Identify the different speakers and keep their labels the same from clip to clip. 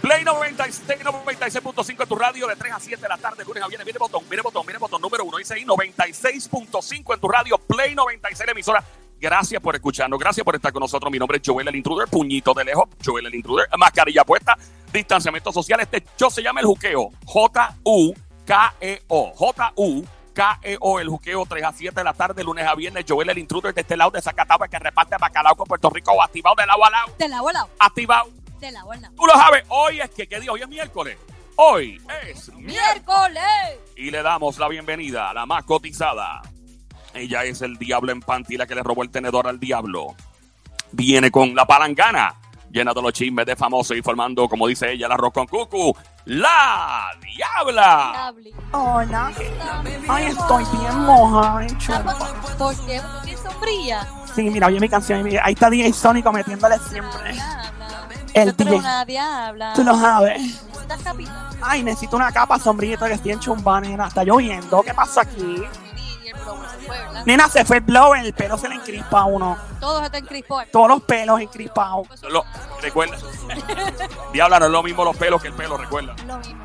Speaker 1: Play 96, 96.5 en tu radio de 3 a 7 de la tarde, lunes a viernes. Viene botón, viene botón, viene botón número 1. Dice ahí 96.5 en tu radio, Play 96, la emisora. Gracias por escucharnos, gracias por estar con nosotros. Mi nombre es Joel el Intruder, puñito de lejos, Joel el Intruder, mascarilla puesta, distanciamiento social. Este show se llama El Juqueo, J-U-K-E-O, J-U. KEO, E el juqueo 3 a 7 de la tarde, lunes a viernes. Joel, el intruder de este lado de Zacatau, el que reparte bacalao con Puerto Rico, activado de lado a lado,
Speaker 2: De la bola,
Speaker 1: activado.
Speaker 2: de la bola.
Speaker 1: Tú lo sabes, hoy es que, ¿qué día? Hoy es miércoles. Hoy es miércoles.
Speaker 2: Miércoles.
Speaker 1: Y le damos la bienvenida a la más cotizada. Ella es el diablo en panty, la que le robó el tenedor al diablo. Viene con la palangana, llena de los chismes de famosos y formando, como dice ella, el arroz con cucu. ¡La diabla!
Speaker 2: Habla.
Speaker 3: Hola. Ay, estoy bien moja, eh, chulo.
Speaker 2: Estamos- ¿Por qué? Porque sombrilla.
Speaker 3: Sí, mira, oye mi canción. mira, ahí está DJ Sónico metiéndole
Speaker 2: Eh.
Speaker 3: siempre.
Speaker 2: Diabla.
Speaker 3: El
Speaker 2: Yo traigo
Speaker 3: DJ.
Speaker 2: una diabla.
Speaker 3: Tú lo sabes.
Speaker 2: Necesitas capita.
Speaker 3: Ay, necesito una capa sombrillita que estoy en chumbá, nena. Está lloviendo. ¿Qué pasa aquí?
Speaker 2: Y el blower se fue, ¿verdad?
Speaker 3: Nena, se fue el blower. El pelo se le encrispa a uno.
Speaker 2: Todos están en crispón.
Speaker 3: Todos los pelos encrispados.
Speaker 2: Pues,
Speaker 1: Lo- recuerda. diabla, no es lo mismo los pelos que el pelo, recuerda.
Speaker 2: Lo mismo. lo mismo.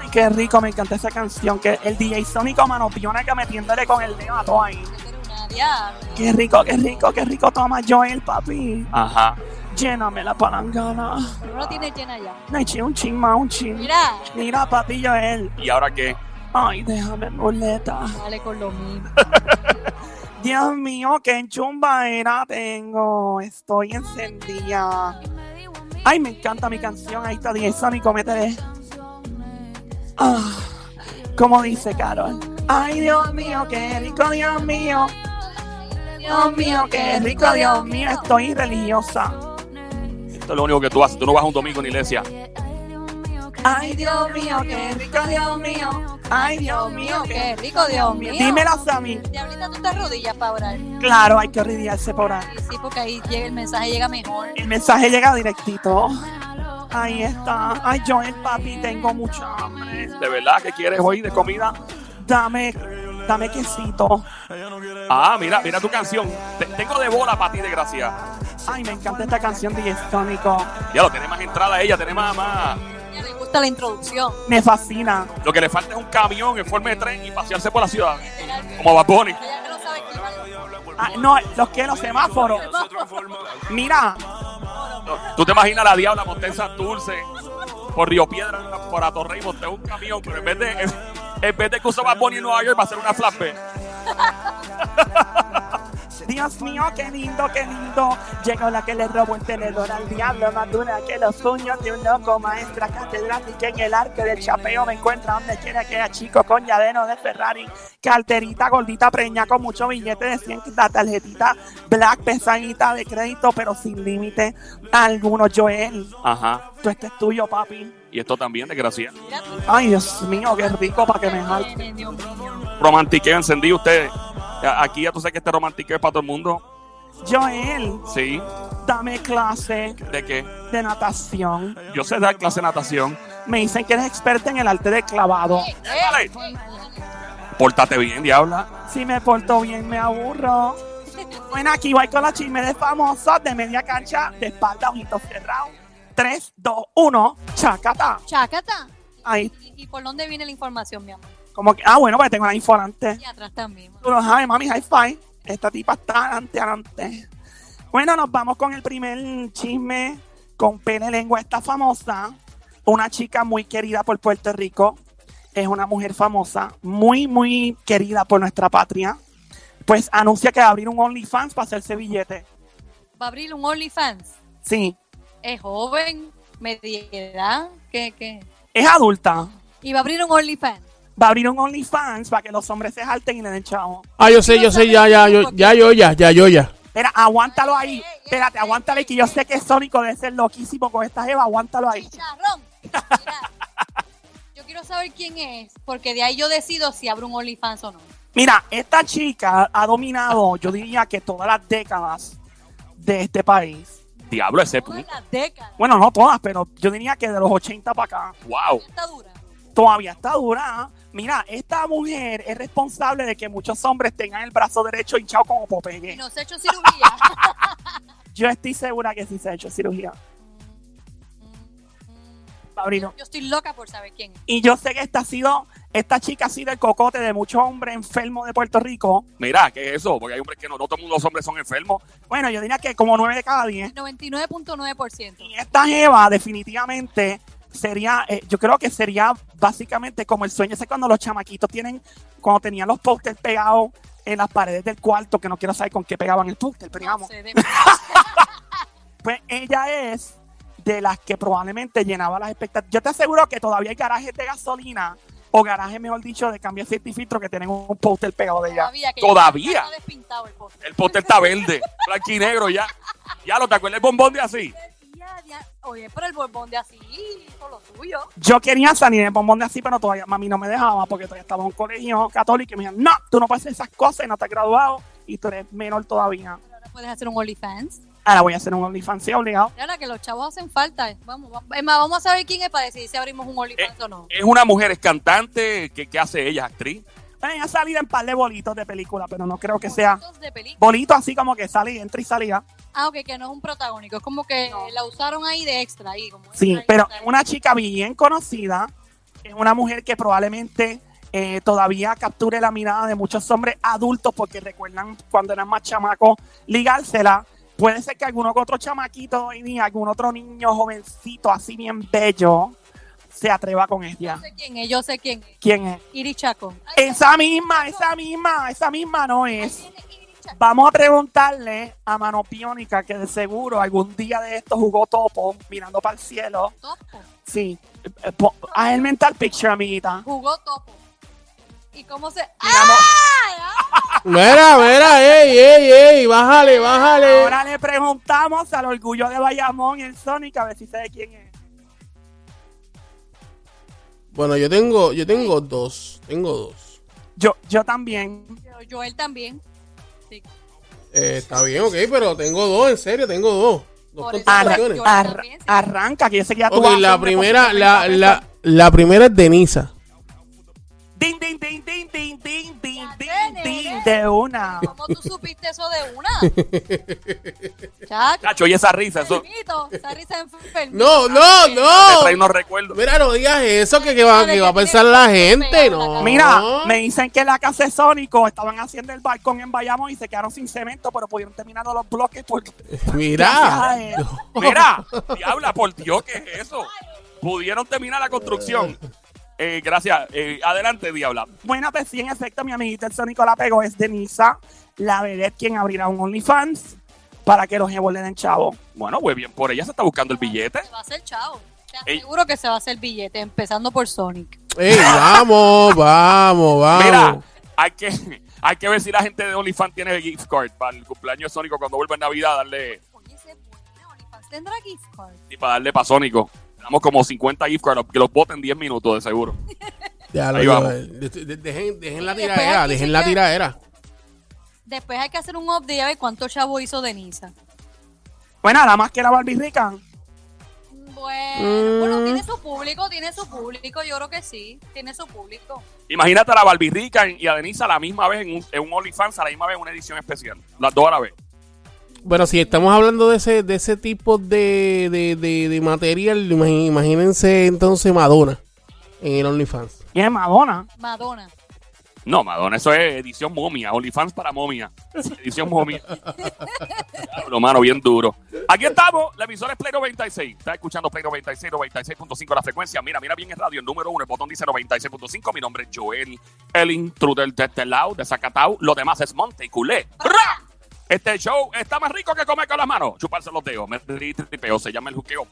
Speaker 3: Ay, qué rico. Me encanta esa canción. Que el DJ Sónico manopiona que metiéndole con el dedo a todo ahí.
Speaker 2: Yo traigo una diabla.
Speaker 3: Qué rico, qué rico, qué rico. Toma, Joel, papi.
Speaker 1: Ajá.
Speaker 3: Lléname la palangana.
Speaker 2: Pero no tiene llena ya.
Speaker 3: Me eché un chin más, un chin.
Speaker 2: Mira.
Speaker 3: Mira, papi Joel.
Speaker 1: ¿Y ahora qué?
Speaker 3: Ay, déjame en boleta.
Speaker 2: Vale con lo mismo.
Speaker 3: Dios mío, qué chumbaera tengo. Estoy encendida. Ay, me encanta mi canción. Ahí está DJ Sónico, métele. Ah, como dice Carol. Ay, Dios mío, qué rico, Dios mío. Dios mío, qué rico, Dios mío. Estoy religiosa.
Speaker 1: Esto es lo único que tú haces. Tú no vas un domingo en iglesia.
Speaker 3: Ay, Dios mío, qué rico, Dios mío. Ay, Dios mío, qué
Speaker 2: Qué rico, Dios mío.
Speaker 3: Dímelo, Sammy.
Speaker 2: Diablita, tú te rodillas para orar.
Speaker 3: Claro, hay que ordearse por ahí.
Speaker 2: Sí, sí, porque ahí llega, el mensaje llega mejor.
Speaker 3: El mensaje llega directito. Ahí está. Ay, Joel, papi, tengo mucha hambre.
Speaker 1: ¿De verdad que quieres hoy de comida?
Speaker 3: Dame, dame quesito.
Speaker 1: Ah, mira, mira tu canción. Te- tengo de bola para ti, desgracia.
Speaker 3: Ay, me encanta esta canción de Estónico.
Speaker 1: Ya lo tiene más entrada ella, tiene más, más.
Speaker 2: Ya le gusta la introducción.
Speaker 3: Me fascina.
Speaker 1: Lo que le falta es un camión en forma de tren y pasearse por la ciudad. Como Bad Bunny.
Speaker 2: Ella que no sabe qué va
Speaker 3: Ah, no, los que los semáforos. Mira,
Speaker 1: Tú te imaginas la diabla Montesa Dulce por Río Piedra, por Atorrey, monté un camión, pero en vez de, en, en vez de que usa Bad Bunny en Nueva York, va a hacer una flatbed.
Speaker 3: Dios mío, qué lindo, qué lindo. Llegó la que le robó el tenedor al diablo, más dura que los puños de un loco, maestra catedrática en el arco del chapeo. Me encuentra donde quiera que haya chico, con llavero de Ferrari, carterita gordita, preña con mucho billete de 100, la tarjetita black, pesadita de crédito, pero sin límite alguno. Joel,
Speaker 1: Ajá.
Speaker 3: tú este es tuyo, papi.
Speaker 1: Y esto también, desgracia.
Speaker 3: Ay, Dios mío, qué rico para que me jale.
Speaker 2: Eh, Dios mío.
Speaker 1: Romantiqueo encendido ustedes. A- Aquí ya tú sabes que este romantiqueo es para todo el mundo.
Speaker 3: Joel,
Speaker 1: Sí.
Speaker 3: dame clase
Speaker 1: ¿De qué?
Speaker 3: de natación.
Speaker 1: Yo sé dar clase de natación.
Speaker 3: Me dicen que eres experta en el arte de clavado.
Speaker 2: Eh,
Speaker 1: Dale. Pórtate bien, diabla.
Speaker 3: Si me porto bien, me aburro. Bueno, aquí voy con la chisme de famosos de media cancha, de espalda, ojitos cerrados. 3, 2, 1, chacata.
Speaker 2: Chacata.
Speaker 3: Ahí,
Speaker 2: ¿Y, y por dónde viene la información, mi amor?
Speaker 3: como que, ah, bueno, pues tengo la info antes.
Speaker 2: Y atrás también.
Speaker 3: Tú lo sabes, mami, high five. Esta tipa está adelante, adelante. Bueno, nos vamos con el primer chisme con pene lengua. Esta famosa, una chica muy querida por Puerto Rico, es una mujer famosa, muy, muy querida por nuestra patria. Pues anuncia que va a abrir un OnlyFans para hacerse billete.
Speaker 2: Va a abrir un OnlyFans.
Speaker 3: Sí,
Speaker 2: Es joven, media edad, ¿qué, qué?
Speaker 3: es adulta.
Speaker 2: Y va a abrir un OnlyFans.
Speaker 3: Va a abrir un OnlyFans para que los hombres se salten y le den chavo.
Speaker 4: Ah, yo sé, yo sé, ya, ya, yo, ya, yo, ya, ya, yo, ya.
Speaker 3: Espera, aguántalo ahí. Espérate, aguántalo ahí, que yo sé que Sónico debe ser loquísimo con esta jeva. Aguántalo ahí.
Speaker 2: Chicharrón. Mira, yo quiero saber quién es, porque de ahí yo decido si abro un OnlyFans o no.
Speaker 3: Mira, esta chica ha dominado, yo diría que todas las décadas de este país.
Speaker 1: Diablo, ese pu-
Speaker 2: Todas las décadas.
Speaker 3: Bueno, no todas, pero yo diría que de los 80 para acá.
Speaker 1: Wow.
Speaker 2: Está dura.
Speaker 3: Todavía está dura. Mira, esta mujer es responsable de que muchos hombres tengan el brazo derecho hinchado como
Speaker 2: Y
Speaker 3: Popeye.
Speaker 2: nos ha hecho cirugía.
Speaker 3: Yo estoy segura que sí se ha hecho cirugía. Paulino.
Speaker 2: Yo estoy loca por saber quién es.
Speaker 3: Y yo sé que esta ha sido, esta chica ha sido el cocote de muchos hombres enfermos de Puerto Rico.
Speaker 1: Mira, ¿qué es eso? Porque hay hombres que no, no todos los hombres son enfermos.
Speaker 3: Bueno, yo diría que como nueve de cada diez.
Speaker 2: El 99.9%.
Speaker 3: Y esta Eva definitivamente sería, eh, yo creo que sería básicamente como el sueño ese cuando los chamaquitos tienen, cuando tenían los pósters pegados en las paredes del cuarto, que no quiero saber con qué pegaban el póster, pero digamos,
Speaker 2: No sé, de-
Speaker 3: pues ella es de las que probablemente llenaba las expectativas. Yo te aseguro que todavía hay garajes de gasolina o garajes, mejor dicho, de cambio aceite y filtro que tienen un póster pegado de ella.
Speaker 2: Todavía. que
Speaker 1: Todavía.
Speaker 2: ya está despintado el póster.
Speaker 1: El poste está verde, blanco y negro ya. Ya lo te acuerdas el bombón de así.
Speaker 2: Ya, ya. Oye, pero el borbón de así, con lo suyo.
Speaker 3: Yo quería salir en bombón de así, pero todavía mami no me dejaba porque todavía estaba en un colegio católico y me dijeron, no, tú no puedes hacer esas cosas y no te has graduado y tú eres menor todavía.
Speaker 2: Pero ahora puedes hacer un OnlyFans.
Speaker 3: Ahora voy a hacer un OnlyFans sí, obligado.
Speaker 2: Ahora que los chavos hacen falta. Vamos, vamos. Es más, vamos a saber quién es para decidir si abrimos un
Speaker 3: Eh,
Speaker 2: OnlyFans o no.
Speaker 1: Es una mujer, es cantante. ¿Qué, qué hace ella? ¿Es actriz?
Speaker 3: Ven a salir en par de bolitos de película, pero no creo que sea
Speaker 2: Boletos de película.
Speaker 3: bolito así como que sale y entra y salía.
Speaker 2: Ah, ok, que no es un protagónico. Es como que la usaron ahí de extra. Ahí, como
Speaker 3: Sí,
Speaker 2: extra,
Speaker 3: pero
Speaker 2: extra.
Speaker 3: es una chica bien conocida, es una mujer que probablemente eh, todavía capture la mirada de muchos hombres adultos porque recuerdan cuando eran más chamacos ligársela. Puede ser que algún otro chamaquito hoy día, algún otro niño jovencito así bien bello, se atreva con
Speaker 2: Yo
Speaker 3: ella.
Speaker 2: sé quién es, yo sé quién es.
Speaker 3: ¿Quién es?
Speaker 2: Iris Chacón. Ahí
Speaker 3: Esa misma, esa misma, esa misma no es.
Speaker 2: viene Iris Chacón.
Speaker 3: Vamos a preguntarle a Mano Piónica, que de seguro algún día de estos jugó topo mirando para el cielo.
Speaker 2: Topo.
Speaker 3: Sí. Eh, po- Haz el mental picture, amiguita.
Speaker 2: Jugó topo. ¿Y cómo se.?
Speaker 3: Mira, no.
Speaker 2: ¡Ah!
Speaker 4: Mira, mira, ey, ey, ey, bájale, bájale.
Speaker 3: Ahora le preguntamos al orgullo de Bayamón el Sonic a ver si sabe quién es.
Speaker 4: Bueno, yo tengo, yo tengo dos, tengo dos.
Speaker 3: Yo, yo también.
Speaker 2: Pero Joel también. Sí.
Speaker 4: Eh, está bien, ok, pero tengo dos, en serio, tengo dos. Dos
Speaker 2: Por eso-
Speaker 3: Arra-
Speaker 4: contestaciones.
Speaker 2: yo-
Speaker 3: arra-
Speaker 2: también, sí.
Speaker 3: arranca, que yo sé que ya tú vas
Speaker 4: Ok,
Speaker 3: a hacer
Speaker 4: la
Speaker 3: una
Speaker 4: primera, la,
Speaker 3: competencia de
Speaker 4: la, la primera es Denisa.
Speaker 3: Din, din, din, din, din, din, din,
Speaker 2: Ya,
Speaker 3: din,
Speaker 2: nene,
Speaker 3: din,
Speaker 2: nene.
Speaker 3: de una.
Speaker 2: ¿Cómo tú supiste eso de una? Chacho,
Speaker 1: Chacho, y esa risa, eso
Speaker 2: enfermito, esa risa de enfermito. Ah,
Speaker 4: No, no,
Speaker 1: te trae
Speaker 4: no.
Speaker 1: unos recuerdos.
Speaker 4: Mira, no digas eso, que, que va, que va a pensar la gente, no. Ah.
Speaker 3: Mira, me dicen que en la casa de Sónico estaban haciendo el balcón en Bayamón y se quedaron sin cemento, pero pudieron terminar los bloques por...
Speaker 4: Mira.
Speaker 1: Mira, diabla, por Dios, ¿qué es eso? Pudieron terminar la construcción. Eh, gracias. Eh, adelante, diabla.
Speaker 3: Bueno, pues sí, en efecto, mi amiguita el Sónico la pegó es Denisa, la vedette quien abrirá un OnlyFans para que los jevos le den chavo.
Speaker 1: Bueno, pues bien, por ella se está buscando el billete.
Speaker 2: Se va a hacer chao. Te
Speaker 1: Ey.
Speaker 2: aseguro que se va a hacer billete, empezando por Sonic.
Speaker 4: Ey, vamos, vamos, vamos.
Speaker 1: Mira, hay que, hay que ver si la gente de OnlyFans tiene el gift card para el cumpleaños de Sónico cuando vuelva en Navidad, darle
Speaker 2: Oye, ese es bueno, OnlyFans tendrá gift card.
Speaker 1: y para darle para Sónico. Tenemos como 50 gift cards, que los voten en 10 minutos de seguro.
Speaker 4: Ya lo
Speaker 1: Ahí
Speaker 4: yo-
Speaker 1: vamos.
Speaker 4: de- de- Dejen, dejen la
Speaker 2: Y después
Speaker 4: tiradera,
Speaker 2: aquí
Speaker 4: dejen
Speaker 2: se
Speaker 4: la
Speaker 2: queda-
Speaker 4: tiradera.
Speaker 2: Después hay que hacer un update a ver cuánto chavo hizo Denisa.
Speaker 3: Bueno, nada más que la Barbie Rica.
Speaker 2: Bueno,
Speaker 4: Mm.
Speaker 2: bueno, tiene su público, tiene su público, yo creo que sí, tiene su público.
Speaker 1: Imagínate a la Barbie Rica y a Denisa a la misma vez en un, en un OnlyFans, a la misma vez en una edición especial. Las dos a la vez.
Speaker 4: Bueno, si estamos hablando de ese, de ese tipo de, de, de, de material, imagi- imagínense entonces Madonna en el OnlyFans.
Speaker 3: Y es Madonna.
Speaker 2: Madonna.
Speaker 1: No, Madonna, eso es edición momia, OnlyFans para momia. Edición momia. Lo mano, bien duro. Aquí estamos, la emisora es Play 96. Está escuchando Play 96, 96.5 la frecuencia. Mira, mira bien el radio, el número uno, el botón dice 96.5. Mi nombre es Joel, el intruder de este lado, de Zacatau. Lo demás es Monte y Culé. ¡Ra! Este show está más rico que comer con las manos. Chuparse los dedos, me ri- tripeo, se llama el juqueo.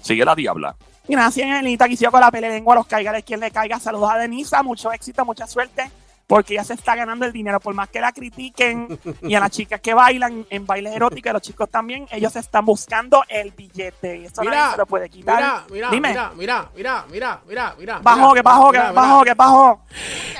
Speaker 1: Sigue la diabla.
Speaker 3: Gracias, Angelita, que hicieron con la pelea lengua a los caigares. Quien le caiga, saludos a Denisa, mucho éxito, mucha suerte, porque ella se está ganando el dinero. Por más que la critiquen y a las chicas que bailan en bailes eróticos, a los chicos también, ellos están buscando el billete. Y eso nadie se lo puede quitar.
Speaker 4: mira, mira,
Speaker 3: Dime,
Speaker 4: mira, mira, mira, mira, mira, mira.
Speaker 3: bajo,
Speaker 4: mira,
Speaker 3: que bajo, que
Speaker 4: mira, mira.
Speaker 3: bajo, que bajo.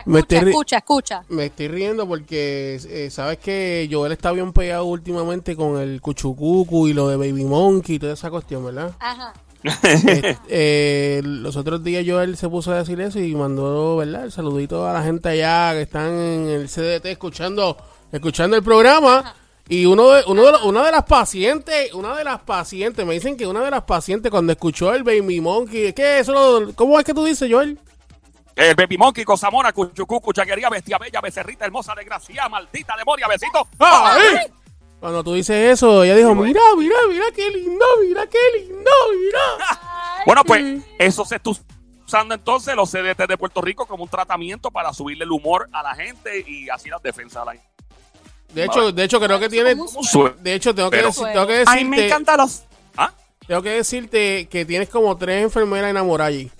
Speaker 4: Me estoy
Speaker 2: Escucha,
Speaker 4: ri-
Speaker 2: escucha, escucha.
Speaker 4: Me estoy riendo porque eh, sabes que Joel está bien pegado últimamente con el Cuchucucu y lo de Baby Monkey y toda esa cuestión, ¿verdad?
Speaker 2: Ajá.
Speaker 4: Eh, eh, los otros días Joel se puso a decir eso y mandó, ¿verdad? El saludito a la gente allá que están en el CDT escuchando, escuchando el programa. Y uno de, uno de los- una de las pacientes, una de las pacientes, me dicen que una de las pacientes cuando escuchó el Baby Monkey, ¿qué eso lo- ¿Cómo es que tú dices, Joel?
Speaker 1: El Eh, Baby Monkey, Cosamona, Cuchucu, Cuchaquería, Bestia Bella, Becerrita Hermosa, Desgraciada, Maldita, Demonia, Besito.
Speaker 4: ¡Ay! Cuando tú dices eso, ella dijo, mira, mira, mira, qué lindo, mira, qué lindo, mira.
Speaker 1: Bueno, pues eso se está usando entonces los CDT de Puerto Rico como un tratamiento para subirle el humor a la gente y así las defensas a la gente. Ah,
Speaker 4: De hecho, de hecho creo que tiene...
Speaker 1: Un sue-
Speaker 4: De hecho, tengo que,
Speaker 1: Pero-
Speaker 4: decir- tengo que
Speaker 3: A mí me
Speaker 4: decirte...
Speaker 3: encantan los.
Speaker 1: ¿Ah?
Speaker 4: Tengo que decirte que tienes como tres enfermeras enamoradas allí.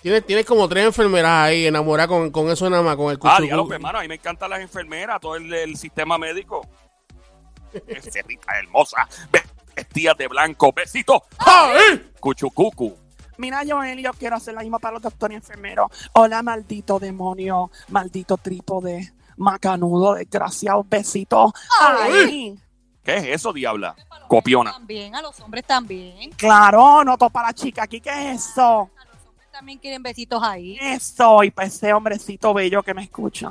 Speaker 4: Tienes, tienes como tres enfermeras ahí enamoradas con, con eso nada más, con el
Speaker 1: Ah,
Speaker 4: cuchucu.
Speaker 1: diablo, pues, hermano, a mí me encantan las enfermeras, todo el, el sistema médico. Becerrita Hermosa, Bestia de Blanco, Besito,
Speaker 4: ¡Ay!
Speaker 1: Cuchucucu.
Speaker 3: Mira, Joel, yo quiero hacer la misma para los doctores y enfermeros. Hola, maldito demonio, maldito trípode, macanudo, desgraciado, besito. Ay,
Speaker 1: ¿Qué es eso, diabla? Copiona.
Speaker 2: También, a los hombres también.
Speaker 3: claro, no topa la chica aquí. ¿Qué es eso?
Speaker 2: A los hombres también quieren besitos ahí.
Speaker 3: Eso, y para ese hombrecito bello que me escucha.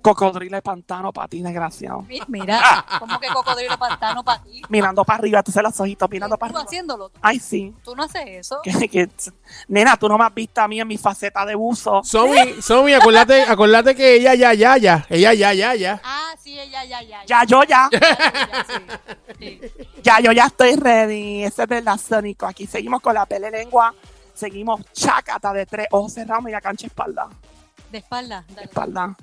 Speaker 3: Cocodrilo de pantano para ti, desgraciado.
Speaker 2: Mi- Mira, como que cocodrilo pantano para ti.
Speaker 3: Mirando para arriba, tú se los ojitos mirando
Speaker 2: Tú
Speaker 3: para arriba.
Speaker 2: haciéndolo. tú-
Speaker 3: Ay, sí.
Speaker 2: Tú no haces eso.
Speaker 3: Que- que- nena, tú no me has visto a mí en mi faceta de buzo.
Speaker 4: Somi, Somi, acuérdate, acuérdate que ella ya, ya, ya. Ella ya, ya, ya.
Speaker 2: Ah, sí, ya, ya, ya.
Speaker 3: Ya yo ya,
Speaker 2: ya, sí, sí.
Speaker 3: ya yo ya estoy ready. Ese es verdad, Sónico. Aquí seguimos con la pele lengua. Seguimos chácata de tres ojos cerrados y la cancha espalda.
Speaker 2: De espalda. dale.
Speaker 3: Espalda.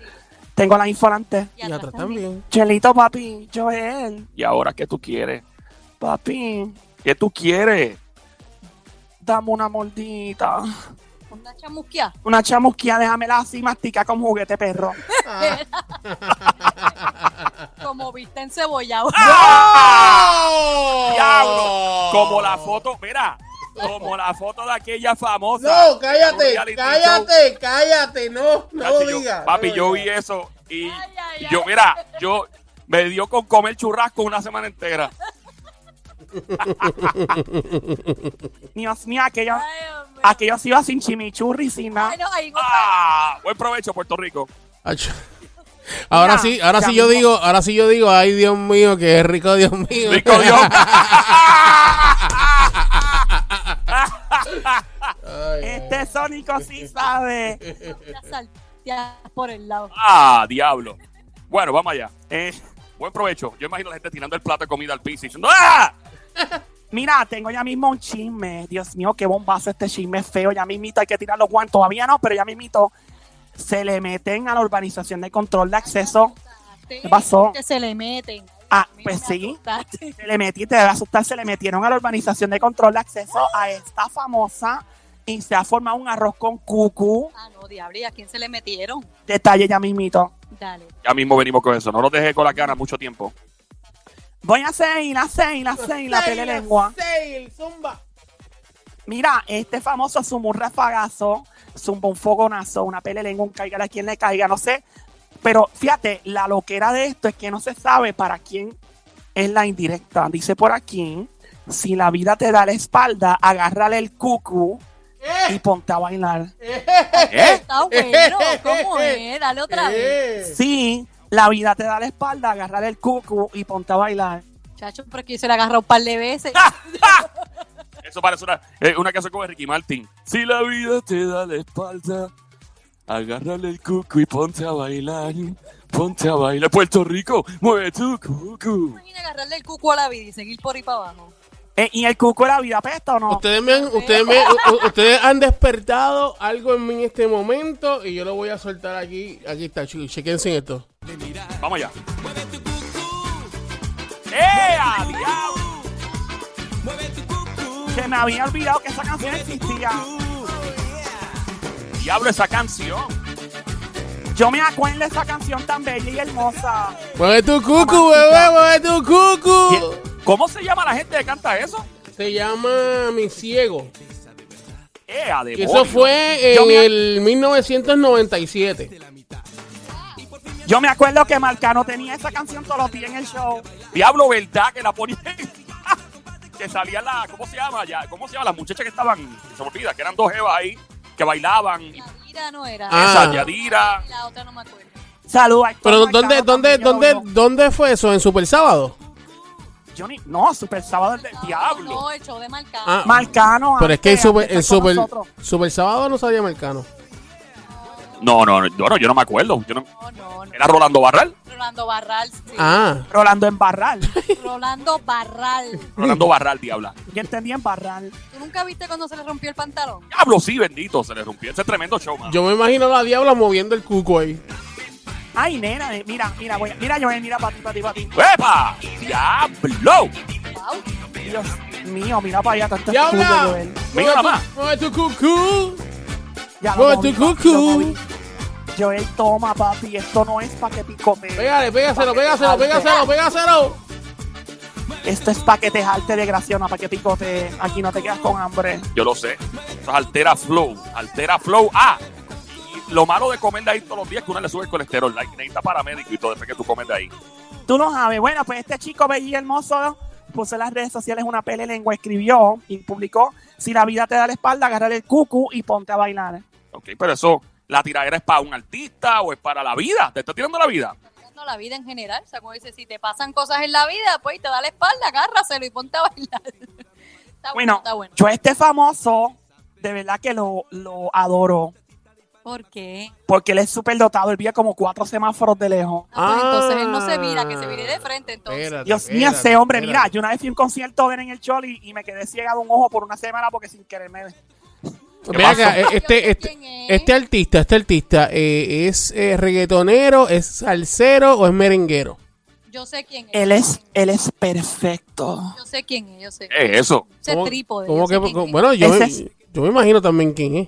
Speaker 3: Tengo la info delante.
Speaker 2: Y atrás también.
Speaker 3: Chelito, papi. Joel,
Speaker 1: ¿Y ahora qué tú quieres?
Speaker 3: papi.
Speaker 1: ¿Qué tú quieres?
Speaker 3: Dame una mordita.
Speaker 2: Una chamusquia.
Speaker 3: Una chamusquía, déjamela así, mastica con juguete, perro.
Speaker 2: Como viste en cebollado.
Speaker 3: ¡Ah!
Speaker 4: ¡No!
Speaker 1: ¡Diablo! Como la foto, mira, como la foto de aquella famosa.
Speaker 4: No, cállate,
Speaker 1: Reality
Speaker 4: cállate, cállate, no, no
Speaker 1: Chacho,
Speaker 4: lo
Speaker 1: yo-
Speaker 4: digas.
Speaker 1: papi,
Speaker 4: no lo
Speaker 1: yo vi
Speaker 4: digas.
Speaker 1: eso y
Speaker 2: Ay, ay,
Speaker 1: yo,
Speaker 2: ay.
Speaker 1: mira, yo me dio con comer churrasco una semana entera.
Speaker 3: Dios mío, aquello,
Speaker 2: Ay, Dios mío.
Speaker 3: aquello se iba sin chimichurri, sin nada.
Speaker 2: Ay, no, ahí no
Speaker 1: ¡Ah! Buen provecho, Puerto Rico.
Speaker 4: Ach. Ahora
Speaker 3: Mira,
Speaker 4: sí, ahora
Speaker 3: ya
Speaker 4: sí yo
Speaker 3: mismo.
Speaker 4: digo, ahora sí yo digo, ay Dios mío, que rico Dios mío.
Speaker 1: Rico Dios.
Speaker 3: Este Sónico sí sabe.
Speaker 2: está, ya salteas por el lado.
Speaker 1: ¡Ah, diablo! Bueno, vamos allá. Eh, buen provecho. Yo imagino a la gente tirando el plato de comida al piso y diciendo ¡Ah!
Speaker 3: Mira, tengo ya mismo un chisme. Dios mío, qué bombazo este chisme feo. Ya mismito hay que tirar los guantes. Todavía no, pero ya mismito se le meten a la urbanización de control de acceso.
Speaker 2: ¿Qué
Speaker 3: pasó?
Speaker 2: Que se le meten.
Speaker 3: Ah,
Speaker 2: Mira,
Speaker 3: pues
Speaker 2: me
Speaker 3: sí.
Speaker 2: asustaste.
Speaker 3: Se le metí, te debe asustar, se le metieron a la urbanización de control de acceso a esta famosa y se ha formado un arroz con cucú.
Speaker 2: Ah, no, diablo, ¿y a quién se le metieron?
Speaker 3: Detalle ya mismito.
Speaker 2: Dale.
Speaker 1: Ya mismo venimos con eso. No los dejé con la cara mucho tiempo.
Speaker 3: Voy a seguir, la seguir, la seguir, la pele lengua.
Speaker 4: Sail, zumba.
Speaker 3: Mira, este famoso zumbó un rafagazo, zumbó un fogonazo, una pele lengua, un caiga a quien le caiga, no sé. Pero fíjate, la loquera de esto es que no se sabe para quién es la indirecta. Dice por aquí, si la vida te da la espalda, agárrale el cucu y ponte a bailar.
Speaker 1: ¿Eh?
Speaker 2: Está bueno, ¿cómo es? Dale otra vez.
Speaker 3: Si la vida te da la espalda, agárrale el cucu y ponte a bailar.
Speaker 2: Chacho, pero es que yo se le agarró un par de veces.
Speaker 4: Ah.
Speaker 1: Eso parece una, eh, una canción como Ricky Martin. Si la vida te da la espalda, agárrale el cucu y ponte a bailar. Ponte a bailar. Puerto Rico, mueve tu cucu.
Speaker 2: Imagina agarrarle el cuco a la vida y seguir por ahí para abajo.
Speaker 3: Eh, ¿Y el cucu de la vida apesta o no?
Speaker 4: Ustedes me han, ustedes me, u- u- ustedes han despertado algo en mí en este momento y yo lo voy a soltar aquí. Aquí está, chicos, chequense esto.
Speaker 1: Vamos allá. ¡Ea,
Speaker 3: Ah,
Speaker 1: diablo!
Speaker 3: Que me había olvidado que esa canción existía.
Speaker 1: Diablo esa canción.
Speaker 3: Yo me acuerdo de esa canción tan bella y hermosa.
Speaker 4: Mueve tu cucu, bebé, mueve tu cucu.
Speaker 1: ¿Cómo se llama la gente que canta eso?
Speaker 4: Se llama Mi Ciego.
Speaker 1: ¡Ea,
Speaker 4: Que
Speaker 1: demonio!
Speaker 4: eso fue
Speaker 3: Yo
Speaker 4: en
Speaker 3: me-
Speaker 4: el 1997.
Speaker 3: Yo me acuerdo que Marcano tenía esa canción todos los días en el show.
Speaker 1: Diablo, ¿verdad? Que la ponía... que salía la... ¿Cómo se llama? Ya, ¿Cómo se llama? Las muchachas que estaban... Se me olvida, que eran dos evas ahí, que bailaban.
Speaker 2: La vida no era.
Speaker 4: Ah.
Speaker 1: Esa Yadira.
Speaker 2: La otra no me acuerdo.
Speaker 3: Saludos. a
Speaker 4: Pero
Speaker 3: todos,
Speaker 4: ¿dónde,
Speaker 3: estamos
Speaker 4: dónde,
Speaker 3: también,
Speaker 4: dónde,
Speaker 3: yo lo-
Speaker 4: dónde fue eso? ¿En Super Sábado?
Speaker 3: yo ni- no, Super Sábado es del
Speaker 2: No,
Speaker 3: diablo.
Speaker 2: No, el show de Marcano.
Speaker 4: Ah,
Speaker 3: Marcano.
Speaker 4: Pero es que en
Speaker 3: antes,
Speaker 4: Super,
Speaker 3: antes
Speaker 4: en
Speaker 3: está con
Speaker 4: Super,
Speaker 3: nosotros.
Speaker 4: Super Sábado no salía Mercano.
Speaker 1: No, no, no, yo no, yo no me acuerdo. Yo no-
Speaker 2: No, no, no.
Speaker 1: era Rolando Barral.
Speaker 2: Rolando Barral. sí.
Speaker 4: Ah,
Speaker 3: Rolando en Barral.
Speaker 2: Rolando Barral.
Speaker 1: Rolando Barral, diabla.
Speaker 3: Yo entendí en Barral.
Speaker 2: ¿Tú nunca viste cuando se le rompió el pantalón?
Speaker 1: Diablo, sí, bendito, se le rompió. Ese tremendo show, mano.
Speaker 4: yo me imagino a la diabla moviendo el cuco ahí.
Speaker 3: Ay, nena, eh, mira, mira, voy, mira, Joel, mira para ti, para ti, para ti.
Speaker 1: ¡Epa! ¡Diablo!
Speaker 2: Wow.
Speaker 3: Dios mío, mira para allá, tanto
Speaker 4: ¡Diabla!
Speaker 3: escudo, Joel.
Speaker 1: Mira nada más.
Speaker 4: Mueve tu cucú.
Speaker 3: Ya
Speaker 4: Mueve
Speaker 3: lo moví,
Speaker 4: tu
Speaker 3: papi,
Speaker 4: cucú.
Speaker 3: lo moví. Joel, toma, papi, esto no es para que te come.
Speaker 4: Pégale, pégaselo, pégaselo, pégaselo, pégaselo.
Speaker 3: Esto es para que te jalte de graciona, para que picote. Aquí no te quedas con hambre.
Speaker 1: Yo lo sé. Eso es Altera Flow. Altera Flow. Ah, y lo malo de comer de ahí todos los días es que uno le sube el colesterol. Like, necesita paramédico y todo después que tú comes de ahí.
Speaker 3: Tú lo sabes. Bueno, pues este chico bello y hermoso puso en las redes sociales una pele lengua, escribió y publicó: Si la vida te da la espalda, agarrar el cucu y ponte a bailar.
Speaker 1: Ok, pero eso, la tiradera es para un artista o es para la vida. Te está tirando la vida.
Speaker 2: No, la vida en general. O sea, como dice, si te pasan cosas en la vida, pues y te da la espalda, agárraselo y ponte a bailar. Está bueno,
Speaker 3: Bueno,
Speaker 2: está bueno.
Speaker 3: yo a este famoso, de verdad que lo, lo adoro.
Speaker 2: ¿Por qué?
Speaker 3: Porque él es súper dotado, él vive como cuatro semáforos de lejos.
Speaker 2: Ah, pues, entonces él no se
Speaker 4: Ah.
Speaker 2: mira, que se mire de frente entonces.
Speaker 4: Espérate,
Speaker 3: Dios mío,
Speaker 4: espérate,
Speaker 3: ese hombre, mira,
Speaker 4: espérate.
Speaker 3: yo una vez fui a un concierto de él en el Choli y me quedé ciega de un ojo por una semana porque sin querer me...
Speaker 1: ¿Qué
Speaker 4: Ve acá,
Speaker 1: pasó?
Speaker 4: eh, este, este,
Speaker 2: ¿Quién es?
Speaker 4: este artista, este artista, eh, ¿es eh, reggaetonero, es salsero o es merenguero?
Speaker 2: Yo sé quién es.
Speaker 3: Él es, él es perfecto.
Speaker 2: Yo sé quién es, yo sé.
Speaker 1: ¿Qué es eso?
Speaker 2: Ese
Speaker 4: Eh, ¿Cómo-
Speaker 2: trípode.
Speaker 4: cómo
Speaker 2: yo sé
Speaker 4: que-
Speaker 2: quién
Speaker 4: cómo-
Speaker 2: es.
Speaker 4: bueno, yo,
Speaker 3: Ese
Speaker 4: me-
Speaker 3: es-
Speaker 4: yo me imagino también quién es.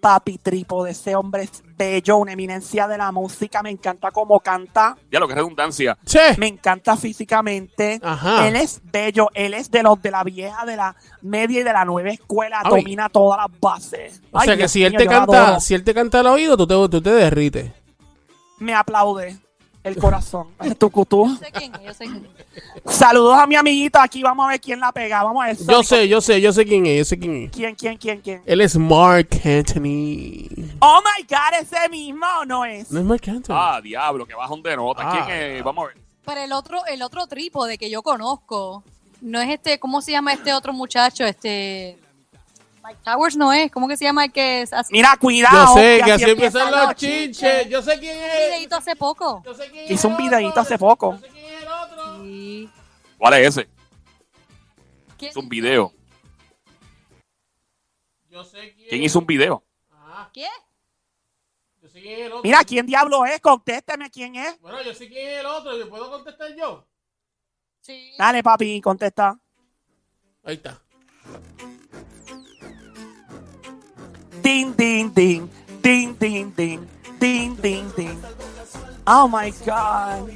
Speaker 3: Papi tripo de ese hombre es bello, una eminencia de la música, me encanta cómo canta,
Speaker 1: Ya lo que es redundancia.
Speaker 4: Che,
Speaker 3: me encanta físicamente.
Speaker 4: Ajá.
Speaker 3: Él es bello, él es de los de la vieja, de la media y de la nueva escuela,
Speaker 4: Ay.
Speaker 3: domina todas las bases.
Speaker 4: o
Speaker 3: Ay,
Speaker 4: sea que
Speaker 3: Dios
Speaker 4: si él
Speaker 3: mío,
Speaker 4: te
Speaker 3: yo lo adoro.
Speaker 4: canta, si él te canta al oído, tú te, tú te derrites.
Speaker 3: me aplaude el corazón. Tucutú.
Speaker 2: Yo sé quién es, yo sé quién es.
Speaker 3: Saludos a mi amiguito. Aquí vamos a ver quién la pega. Vamos a ver.
Speaker 4: Yo
Speaker 3: Sónico.
Speaker 4: sé, yo sé, yo sé quién es, yo sé quién es.
Speaker 3: ¿Quién, quién, quién, quién?
Speaker 4: Él es Mark Anthony.
Speaker 3: Oh my God, ese mismo no es.
Speaker 4: No es Mark Anthony.
Speaker 1: Ah, diablo, que bajón de nota.
Speaker 4: Ah.
Speaker 1: ¿Quién es? Vamos a ver.
Speaker 2: Pero el otro, el otro trípode que yo conozco, no es este, ¿cómo se llama este otro muchacho? Este. Mike Towers no es, ¿cómo que se llama el que es así?
Speaker 3: Mira, cuidado.
Speaker 4: yo sé que así empiezan
Speaker 2: empiezan
Speaker 4: los
Speaker 2: los
Speaker 4: chinches.
Speaker 2: chinches.
Speaker 4: Yo sé quién
Speaker 2: Un
Speaker 4: es.
Speaker 2: videíto hace poco.
Speaker 4: Yo sé quién es.
Speaker 3: Hizo un
Speaker 4: el
Speaker 3: videíto
Speaker 4: otro.
Speaker 3: hace poco.
Speaker 4: Yo sé quién es el otro.
Speaker 2: Sí.
Speaker 1: ¿Cuál es ese?
Speaker 2: ¿Quién-
Speaker 1: Es un video.
Speaker 4: Yo sé quién
Speaker 1: ¿Quién hizo un video?
Speaker 4: Ajá,
Speaker 2: ¿Qué?
Speaker 4: yo sé quién es el otro.
Speaker 3: Mira, ¿quién diablo es? Contésteme quién es.
Speaker 4: Bueno, yo sé quién es el otro. ¿Yo puedo contestar yo?
Speaker 2: Sí.
Speaker 3: Dale, papi, contesta.
Speaker 4: Ahí está.
Speaker 3: Ding, ding, ding. Ding, ding, ding. Ding, ding, ding. Oh my God.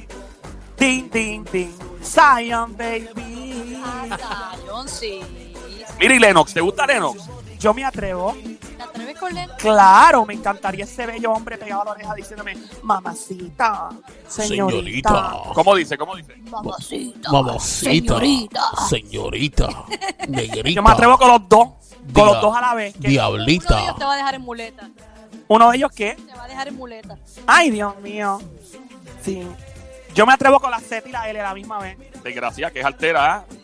Speaker 3: Ding, ding, ding. Zion, baby.
Speaker 2: Ah, Zion, sí.
Speaker 1: Mira, y Lennox, ¿te gusta Lennox?
Speaker 3: Yo me atrevo.
Speaker 2: ¿Te atreves con él?
Speaker 3: Claro, me encantaría ese bello hombre pegado a la oreja diciéndome, mamacita, señorita.
Speaker 1: ¿Cómo dice? ¿Cómo dice?
Speaker 2: Mamacita.
Speaker 4: Mamacita.
Speaker 2: Señorita.
Speaker 4: Señorita. Negrita.
Speaker 3: Yo me atrevo con los dos,
Speaker 4: Diga.
Speaker 3: con los dos a la vez. que
Speaker 2: Uno de ellos te
Speaker 4: Diablita.
Speaker 2: va a dejar en muleta.
Speaker 3: ¿Uno de ellos qué?
Speaker 2: Te va a dejar en muleta.
Speaker 3: Ay, Dios mío. Sí. Yo me atrevo con la Z y la L a la misma vez.
Speaker 1: Desgracia, que es altera. ¿eh?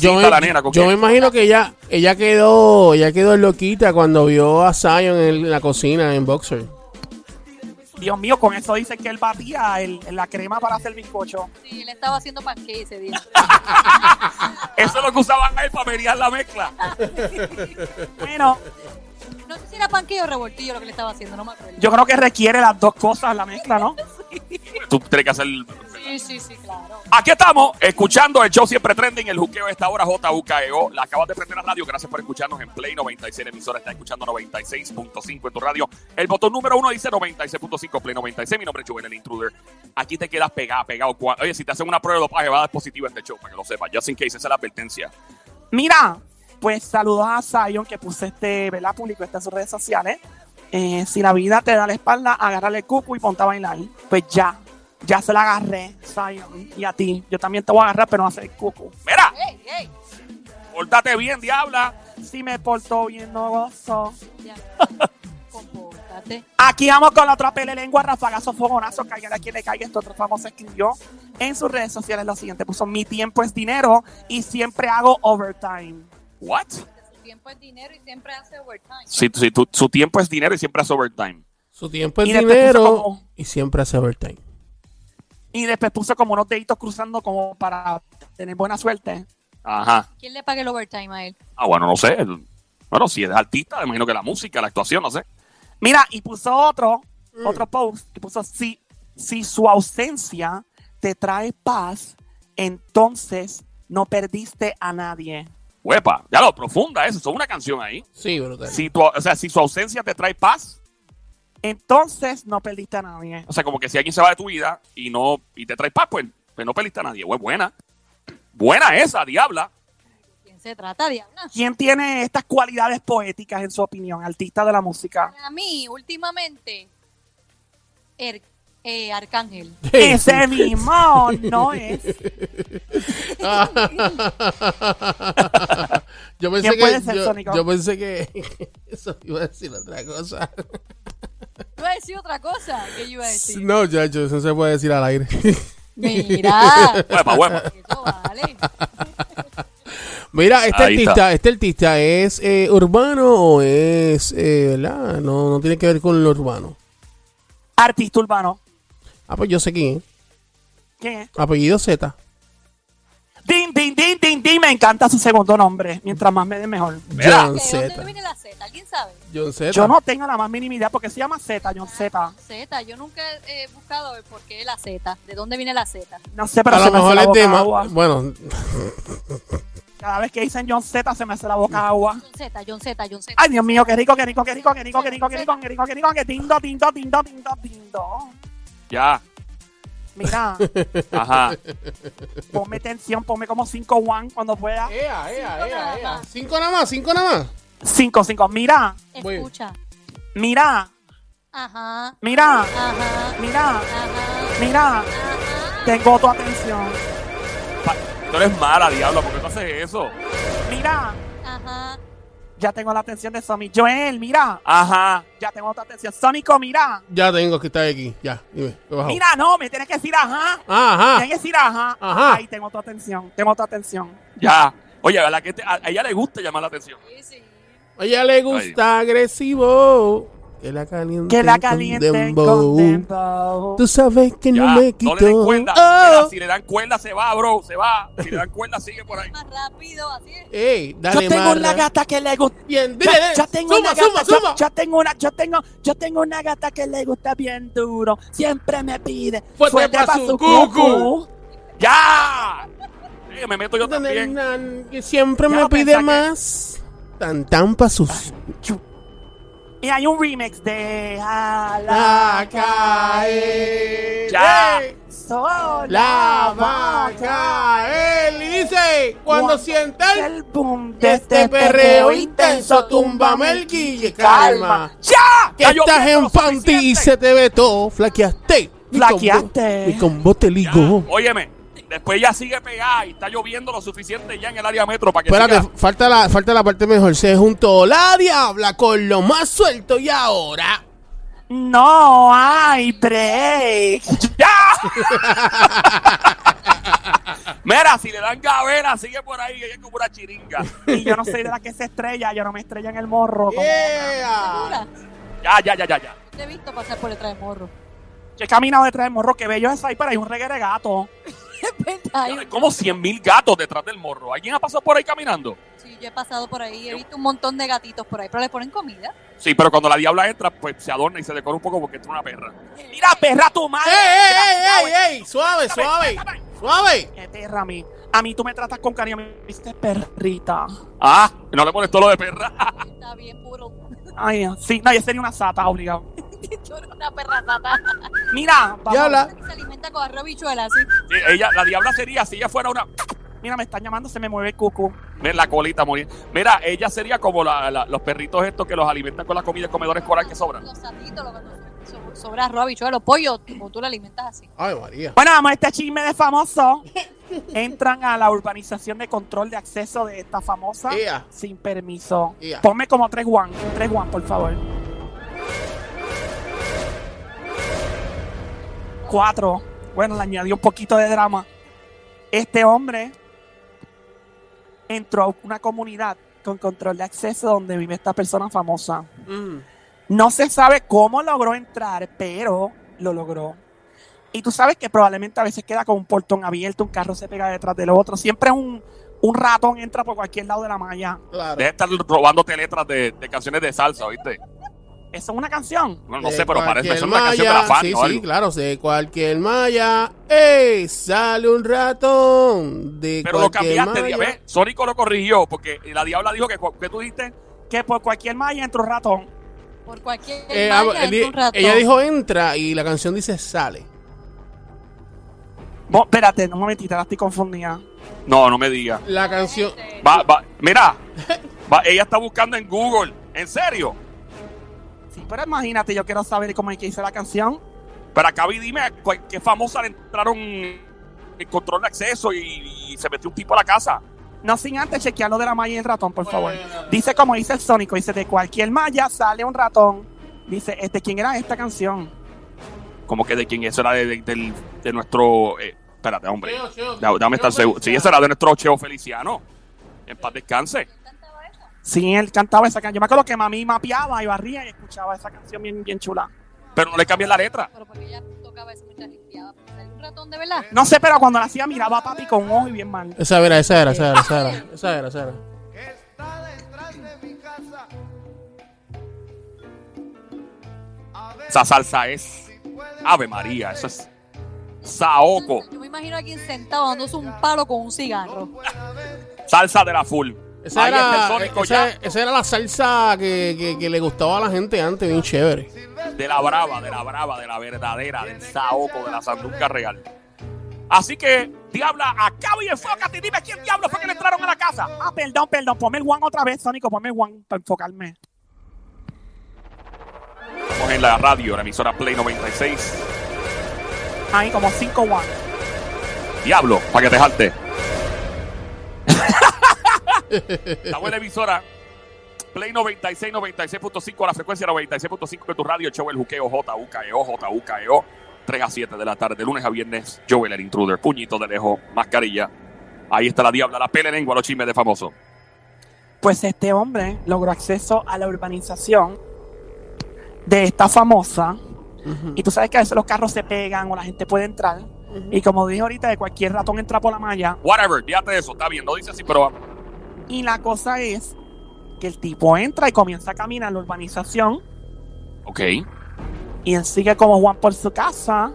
Speaker 4: Yo
Speaker 1: Osita
Speaker 4: me,
Speaker 1: la nena. ¿con
Speaker 4: yo
Speaker 1: quién?
Speaker 4: me imagino que ella, ella quedó, ella quedó loquita cuando vio a Zion en la cocina en boxer.
Speaker 3: Dios mío, con eso dicen que él batía el- la crema para hacer bizcocho.
Speaker 2: Sí, él estaba haciendo panqueque ese día.
Speaker 1: Eso es lo que usaban ahí para mediar la mezcla.
Speaker 3: Bueno,
Speaker 2: No sé si era panqueque o revoltillo lo que le estaba haciendo, no me acuerdo.
Speaker 3: yo creo que requiere las dos cosas la mezcla, ¿no?
Speaker 1: Tú tienes que hacer.
Speaker 2: Sí, sí, sí, claro.
Speaker 1: Aquí estamos, escuchando el show siempre trending, el juqueo de esta hora, JUKEO. E La acabas de prender la radio, gracias por escucharnos en Play 96, la emisora está escuchando 96.5 en tu radio. El botón número uno dice 96.5, Play 96. Mi nombre es Joel, el intruder. Aquí te quedas pegado, pegado. Cua- Oye, si te hacen una prueba de dopaje, va a dar positivo este show, para que lo sepas. Just in case, esa es la advertencia.
Speaker 3: Mira, pues saludos a Zion que puse este, ¿verdad? Público está en sus redes sociales. Eh, si la vida te da la espalda, agárrale el cuco y ponte a bailar. Pues ya, ya se la agarré, Zion. Y a ti, yo también te voy a agarrar, pero no hacer el cuco.
Speaker 1: Mira,
Speaker 2: ¡Ey, ey!
Speaker 1: pórtate bien, diabla.
Speaker 3: Si me porto bien, no gozo.
Speaker 2: Ya. Comporta. Espérate.
Speaker 3: Aquí vamos con la otra pele lengua, rafagazo, fogonazo, caiga a quien le caiga. Este otro famoso escribió en sus redes sociales lo siguiente: puso mi tiempo es dinero y siempre hago overtime.
Speaker 1: What?
Speaker 2: Su tiempo es dinero y siempre hace overtime.
Speaker 1: Si, si tu- su tiempo es dinero y siempre hace overtime.
Speaker 4: Su tiempo es
Speaker 3: Y después puso
Speaker 4: dinero
Speaker 3: como-
Speaker 4: y siempre hace overtime.
Speaker 3: Y después puso como unos deditos cruzando como para tener buena suerte.
Speaker 1: Ajá.
Speaker 2: ¿Quién le paga el overtime a él?
Speaker 1: Ah, bueno, no sé. El- Bueno, si es artista, me imagino que la música, la actuación, no sé.
Speaker 3: Mira, y puso otro, otro post, y puso, si, si su ausencia te trae paz, entonces no perdiste a nadie.
Speaker 1: Huepa. Ya lo profunda eso. Eso es una canción ahí.
Speaker 4: Sí, brutal.
Speaker 1: Si tu- o sea, si su ausencia te trae paz,
Speaker 3: Entonces no perdiste a nadie.
Speaker 1: o sea, como que si alguien se va de tu vida y no y te trae paz, pues, pues no peliste a nadie. Hue- buena. Buena esa, diabla.
Speaker 2: ¿Quién se trata, Diana?
Speaker 3: ¿Quién tiene estas cualidades poéticas en su opinión? Artista de la música.
Speaker 2: Para mí, últimamente, Er- eh, Arcángel.
Speaker 3: Ese mismo no es.
Speaker 4: yo pensé
Speaker 3: ¿Quién puede
Speaker 4: que,
Speaker 3: ser,
Speaker 4: yo,
Speaker 3: Sónico?
Speaker 4: yo pensé que eso iba a decir otra cosa.
Speaker 2: Yo iba a decir otra cosa que yo iba a decir.
Speaker 4: No, ya, yo, eso se puede decir al aire.
Speaker 2: Mira.
Speaker 1: Huepa, huepa.
Speaker 2: Eso vale.
Speaker 4: Mira, este
Speaker 1: Ahí
Speaker 4: artista,
Speaker 1: está.
Speaker 4: este artista es eh, urbano o es, eh, ¿verdad? No, no tiene que ver con lo urbano.
Speaker 3: Artista urbano.
Speaker 4: Ah, pues yo sé quién. es.
Speaker 3: ¿Quién es?
Speaker 4: Apellido Z.
Speaker 3: Din, din, din, din, din. Me encanta su segundo nombre. Mientras más me dé mejor.
Speaker 1: Mira.
Speaker 4: John
Speaker 2: Ok, ¿Dónde
Speaker 4: Z.
Speaker 2: viene la Z? ¿Alguien sabe?
Speaker 4: John Z.
Speaker 3: Yo no tengo la más mínima idea porque se llama Z, John Z.
Speaker 2: Z, yo nunca he buscado el por qué la Z, de dónde viene la Z.
Speaker 3: No sé, pero
Speaker 4: a
Speaker 3: se
Speaker 4: lo
Speaker 3: me hace
Speaker 4: mejor
Speaker 3: la
Speaker 4: es
Speaker 3: boca
Speaker 4: de ma-
Speaker 3: agua.
Speaker 4: Bueno,
Speaker 3: Cada vez que dicen John Z se me hace la boca agua.
Speaker 2: John Z, John Z, John Z.
Speaker 3: Ay, Dios mío, qué rico, qué rico, qué rico, qué rico, qué rico, qué rico, qué rico, qué rico, qué tindo, tindo, tindo, tindo, tindo.
Speaker 1: Ya.
Speaker 3: Mira,
Speaker 1: Ajá.
Speaker 3: ponme tensión, ponme como 5 one cuando pueda.
Speaker 4: Ea, ea,
Speaker 2: nada ea. más.
Speaker 4: Cinco nada más, cinco nada más.
Speaker 3: 5, 5. Mira,
Speaker 4: Voy.
Speaker 2: Escucha.
Speaker 3: mira,
Speaker 2: Ajá,
Speaker 3: mira,
Speaker 2: ajá,
Speaker 3: mira,
Speaker 2: ajá,
Speaker 3: mira.
Speaker 2: ajá.
Speaker 3: Tengo tu atención.
Speaker 1: Pa- Tú eres mala, diabla. ¿Por qué tú haces eso?
Speaker 3: Mira,
Speaker 2: Ajá.
Speaker 3: ya tengo la atención de Sonic. Joel, mira,
Speaker 1: Ajá.
Speaker 3: ya tengo tu atención. Sónico, mira.
Speaker 4: Ya tengo que estar aquí. Ya, dime. he bajado.
Speaker 3: Mira, no, me tienes que decir ajá.
Speaker 4: Ajá.
Speaker 3: Tienes que decir ajá.
Speaker 4: Ajá.
Speaker 3: Ahí tengo tu atención, tengo tu atención.
Speaker 1: Ya. Oye, a, la que te- a- a ella le gusta llamar la atención.
Speaker 2: Sí, sí.
Speaker 4: A ella le gusta agresivo. Que la caliente.
Speaker 3: Que la calienten con dembow.
Speaker 4: Tú sabes que
Speaker 1: Ya.
Speaker 4: no me
Speaker 1: No le den
Speaker 4: quito.
Speaker 1: cuerda.
Speaker 4: Oh.
Speaker 1: Mira, si le dan cuerda, se va, bro. Se va. Si le dan cuerda, sigue por ahí.
Speaker 2: Más rápido, así es.
Speaker 4: Ey,
Speaker 3: Yo
Speaker 4: dale
Speaker 3: tengo
Speaker 4: marra.
Speaker 3: una gata que le gusta.
Speaker 4: Bien, dile,
Speaker 3: Ya,
Speaker 4: dile.
Speaker 3: ya tengo
Speaker 4: suma,
Speaker 3: una gata,
Speaker 4: suma,
Speaker 3: yo-
Speaker 4: suma.
Speaker 3: yo tengo una, yo tengo, yo tengo una gata que le gusta bien duro. Siempre me pide
Speaker 4: Fuerte pa'
Speaker 3: pa'
Speaker 4: su cucu.
Speaker 1: ¡Ya! Eh, me meto yo también.
Speaker 4: Nan, que siempre
Speaker 3: Ya
Speaker 4: me
Speaker 3: no
Speaker 4: pide
Speaker 3: pensaba que-
Speaker 4: más. Tan tan pa' sus.
Speaker 3: Chu. Y hay un remix de A
Speaker 4: La cae.
Speaker 1: Ya.
Speaker 3: sola
Speaker 4: La vaca, él y dice, cuando sientas el
Speaker 3: el boom
Speaker 4: de este perreo intenso, túmbame el guille, calma.
Speaker 3: ¡Ya!
Speaker 4: Que
Speaker 1: Ya yo
Speaker 4: estás
Speaker 1: pienso
Speaker 4: en
Speaker 1: lo
Speaker 4: panty y
Speaker 1: suficiente.
Speaker 4: se te ve todo, flaqueaste. Y con
Speaker 3: Flaqueaste.
Speaker 4: vo- Y con vos te
Speaker 1: Ya.
Speaker 4: ligo.
Speaker 1: Óyeme. Después ya sigue pegada y está lloviendo lo suficiente ya en el área metro para que
Speaker 4: Espérate,
Speaker 1: siga.
Speaker 4: falta la, falta la parte mejor. Se juntó la diabla con lo más suelto y ahora.
Speaker 3: No hay break.
Speaker 1: ¡Ya! Mira, si le dan gavera, sigue por ahí, que es como una chiringa.
Speaker 3: Y yo no soy de la que se estrella, yo no me estrella en el morro. como-
Speaker 4: Eh.
Speaker 2: Segura.
Speaker 1: Ya, ya, ya, ya, ya.
Speaker 2: Te he visto pasar por detrás de morro.
Speaker 3: Yo he caminado detrás del morro, que bello es ahí, pero hay un reguero de gato.
Speaker 2: Es verdad.
Speaker 1: Ya,
Speaker 2: yo-
Speaker 1: Como 100 mil gatos detrás del morro. ¿Alguien ha pasado por ahí caminando?
Speaker 2: Sí, yo he pasado por ahí, he visto un montón de gatitos por ahí, pero le ponen comida.
Speaker 1: Sí, pero cuando la diabla entra, pues se adorna y se decora un poco porque es una perra.
Speaker 3: Mira, perra, tu madre.
Speaker 4: ¡Ey, ey,
Speaker 3: desgraciado,
Speaker 4: ey, ey, ey! ¡Suave, suave! ¡Suave!
Speaker 3: Qué perra a mí. A mí tú me tratas con cariño, me dices perrita.
Speaker 1: Ah, no le molestó lo de perra.
Speaker 2: Está bien puro.
Speaker 3: Ay, Dios. sí, no, yo sería una sata, obligado.
Speaker 2: Yo era una perra sata.
Speaker 3: Mira, vamos.
Speaker 4: Diabla.
Speaker 2: Se alimenta con arroz y bichuela, así.
Speaker 1: Sí, ella, la diabla sería, si ella fuera una.
Speaker 3: Mira, me están llamando, se me mueve el cucu.
Speaker 1: Mira, la colita morir. Mira, ella sería como la- la- los perritos estos que los alimentan con la comida de comedores coral que sobran.
Speaker 2: Los satitos, lo que so- sobra arroz, habichuelo, pollo, como tú lo alimentas así.
Speaker 4: ¡Ay, María!
Speaker 3: Bueno, vamos a este chisme de famoso. Entran a la urbanización de control de acceso de esta famosa
Speaker 1: ¿Ah?
Speaker 4: Ea.
Speaker 3: sin permiso.
Speaker 4: Ea.
Speaker 3: Ponme como tres guan, tres guan, por favor. 4, bueno, le añadió un poquito de drama. Este hombre entró a una comunidad con control de acceso donde vive esta persona famosa.
Speaker 4: Mm.
Speaker 3: No se sabe cómo logró entrar, pero lo logró. Y tú sabes que probablemente a veces queda con un portón abierto, un carro se pega detrás del otro. Siempre un, un ratón entra por cualquier lado de la malla.
Speaker 4: Claro.
Speaker 1: Debe estar robándote letras de, de canciones de salsa, ¿viste?
Speaker 3: Eso es una canción.
Speaker 1: No, no
Speaker 4: De
Speaker 1: sé, pero parece
Speaker 4: cualquier
Speaker 1: eso es una canción de la
Speaker 4: malla,
Speaker 1: fan,
Speaker 4: Sí,
Speaker 1: ¿no?
Speaker 4: sí,
Speaker 1: Algo.
Speaker 4: claro, de cualquier malla. ¡Ey! Sale un ratón. De
Speaker 1: Pero lo
Speaker 4: cualquier
Speaker 1: cambiaste,
Speaker 4: malla.
Speaker 1: ¿ves? Sónico lo corrigió porque la diabla dijo que, cu- que tú dijiste
Speaker 3: Que por cualquier malla entra un ratón.
Speaker 2: Por cualquier
Speaker 4: Eh, ah,
Speaker 2: malla,
Speaker 4: di-
Speaker 2: entra un ratón.
Speaker 4: ella dijo entra y la canción dice sale.
Speaker 3: Bo- espérate, un momentito, ahora estoy confundida.
Speaker 1: No, no me digas.
Speaker 4: La
Speaker 2: Este,
Speaker 4: canción.
Speaker 1: Va, va, mira, va, ella está buscando en Google. ¿En serio?
Speaker 3: Sí, pero imagínate, yo quiero saber cómo es que hice la canción.
Speaker 1: Pero acá vi, dime, ¿cuál- ¿qué famosa le entraron en control de acceso y, y se metió un tipo a la casa?
Speaker 3: No sin antes chequear lo de la malla y el ratón, por favor. Dice como dice el Sónico, dice de cualquier malla sale un ratón. Dice, este, ¿quién era esta canción?
Speaker 1: Como que de quién eso era de, de- del- de nuestro. eh, espérate, hombre. Da- Dame estar seguro. Sí, eso era de nuestro Cheo Feliciano. En paz descanse.
Speaker 3: Sí, él cantaba esa canción. Yo me acuerdo que mami mapeaba y barría y escuchaba esa canción bien, bien chula.
Speaker 1: Pero no le cambies la letra.
Speaker 2: Pero porque ella tocaba eso mientras limpiaba. Sale un ratón de verdad.
Speaker 3: No sé, pero cuando la hacía miraba a papi con un ojo y bien mal.
Speaker 4: Esa era, esa era, esa era, esa era. Esa era, esa era.
Speaker 5: está detrás de mi casa. A ver
Speaker 1: Esa salsa es.
Speaker 5: si puede
Speaker 1: Ave María, eso es. Saoco.
Speaker 2: Yo me imagino a alguien sentado dándose un palo con un cigarro.
Speaker 5: pueda ver
Speaker 1: Salsa de la full.
Speaker 4: Esa
Speaker 1: Ahí está el
Speaker 4: era,
Speaker 1: Sónico
Speaker 4: esa,
Speaker 1: ya.
Speaker 4: esa era la salsa que, que- que le gustaba a la gente antes, bien chévere.
Speaker 1: De la brava, de la brava, de la verdadera, del saoco, de la sandunca real. Así que, diabla, acaba y enfócate y dime quién diablo fue que le entraron a la casa.
Speaker 3: Ah, perdón, perdón, ponme el one otra vez, Sónico, ponme el one para enfocarme.
Speaker 1: Estamos en la radio, la emisora Play 96.
Speaker 3: Ahí, como cinco one.
Speaker 1: Diablo, para que te jalte. la buena emisora. Play 96, 96.5, la frecuencia 96.5 de tu radio, el show El Juqueo, J-U-K-E-O, J-U-K-E-O, 3 E a 7 de la tarde, lunes a viernes, Joel el Intruder, puñito de lejos, mascarilla. Ahí está la diabla, la pele lengua, los chismes de famoso.
Speaker 3: Pues este hombre logró acceso a la urbanización de esta famosa. Y tú sabes que a veces los carros se pegan o la gente puede entrar. Y como dije ahorita, de cualquier ratón entra por la malla.
Speaker 1: Whatever, fíjate de eso, está bien, no dice así, pero
Speaker 3: Y la cosa es que el tipo entra y comienza a caminar la urbanización.
Speaker 1: ok.
Speaker 3: Y él sigue como Juan por su casa.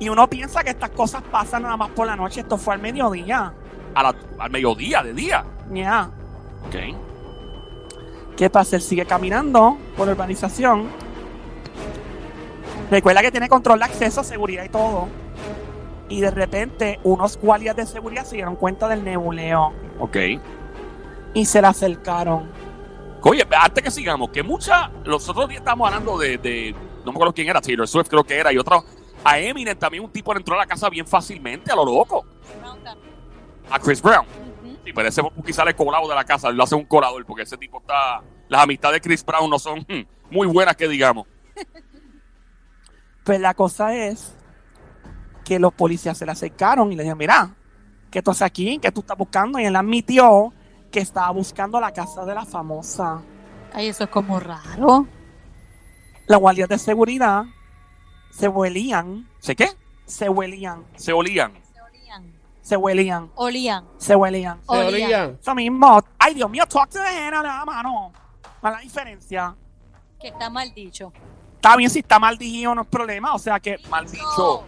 Speaker 3: Y uno piensa que estas cosas pasan nada más por la noche. Esto fue al mediodía.
Speaker 1: A la- al mediodía, de día.
Speaker 3: Ya.
Speaker 1: Ok.
Speaker 3: ¿Qué pasa? Él sigue caminando por la urbanización. Recuerda que tiene control de acceso, seguridad y todo. Y de repente, unos guardias de seguridad se dieron cuenta del nebuleo
Speaker 1: Ok.
Speaker 3: y se le acercaron.
Speaker 1: Oye, antes que sigamos, que mucha, los otros días estábamos hablando de, de- no me acuerdo quién era, Taylor Swift creo que era, y otro, a Eminem también un tipo le entró a la casa bien fácilmente, a lo loco, a Chris Brown.
Speaker 2: Ujú.
Speaker 1: Sí, pero ese quizá le colado de la casa, lo hace un colador, porque ese tipo está, las amistades de Chris Brown no son hmm, muy buenas que digamos.
Speaker 3: Pues la cosa es que los policías se le acercaron y le dijeron, mira, ¿qué tú haces aquí? ¿Qué tú estás buscando? Y él admitió que estaba buscando la casa de la famosa.
Speaker 2: Ay, eso es como raro.
Speaker 3: Los guardias de seguridad se huelían,
Speaker 1: ¿Se qué?
Speaker 3: se huelían,
Speaker 1: Se olían.
Speaker 2: Se olían.
Speaker 3: se huelían,
Speaker 2: Olían.
Speaker 3: se huelían.
Speaker 4: ¿Se
Speaker 2: Olían.
Speaker 4: olían?
Speaker 3: Eso mismo. Ay, Dios mío, talk to the hand a la mano. A la diferencia.
Speaker 2: Que está mal dicho.
Speaker 3: Está bien si está mal dirigido, no es problema. O sea que.
Speaker 1: Mal dicho.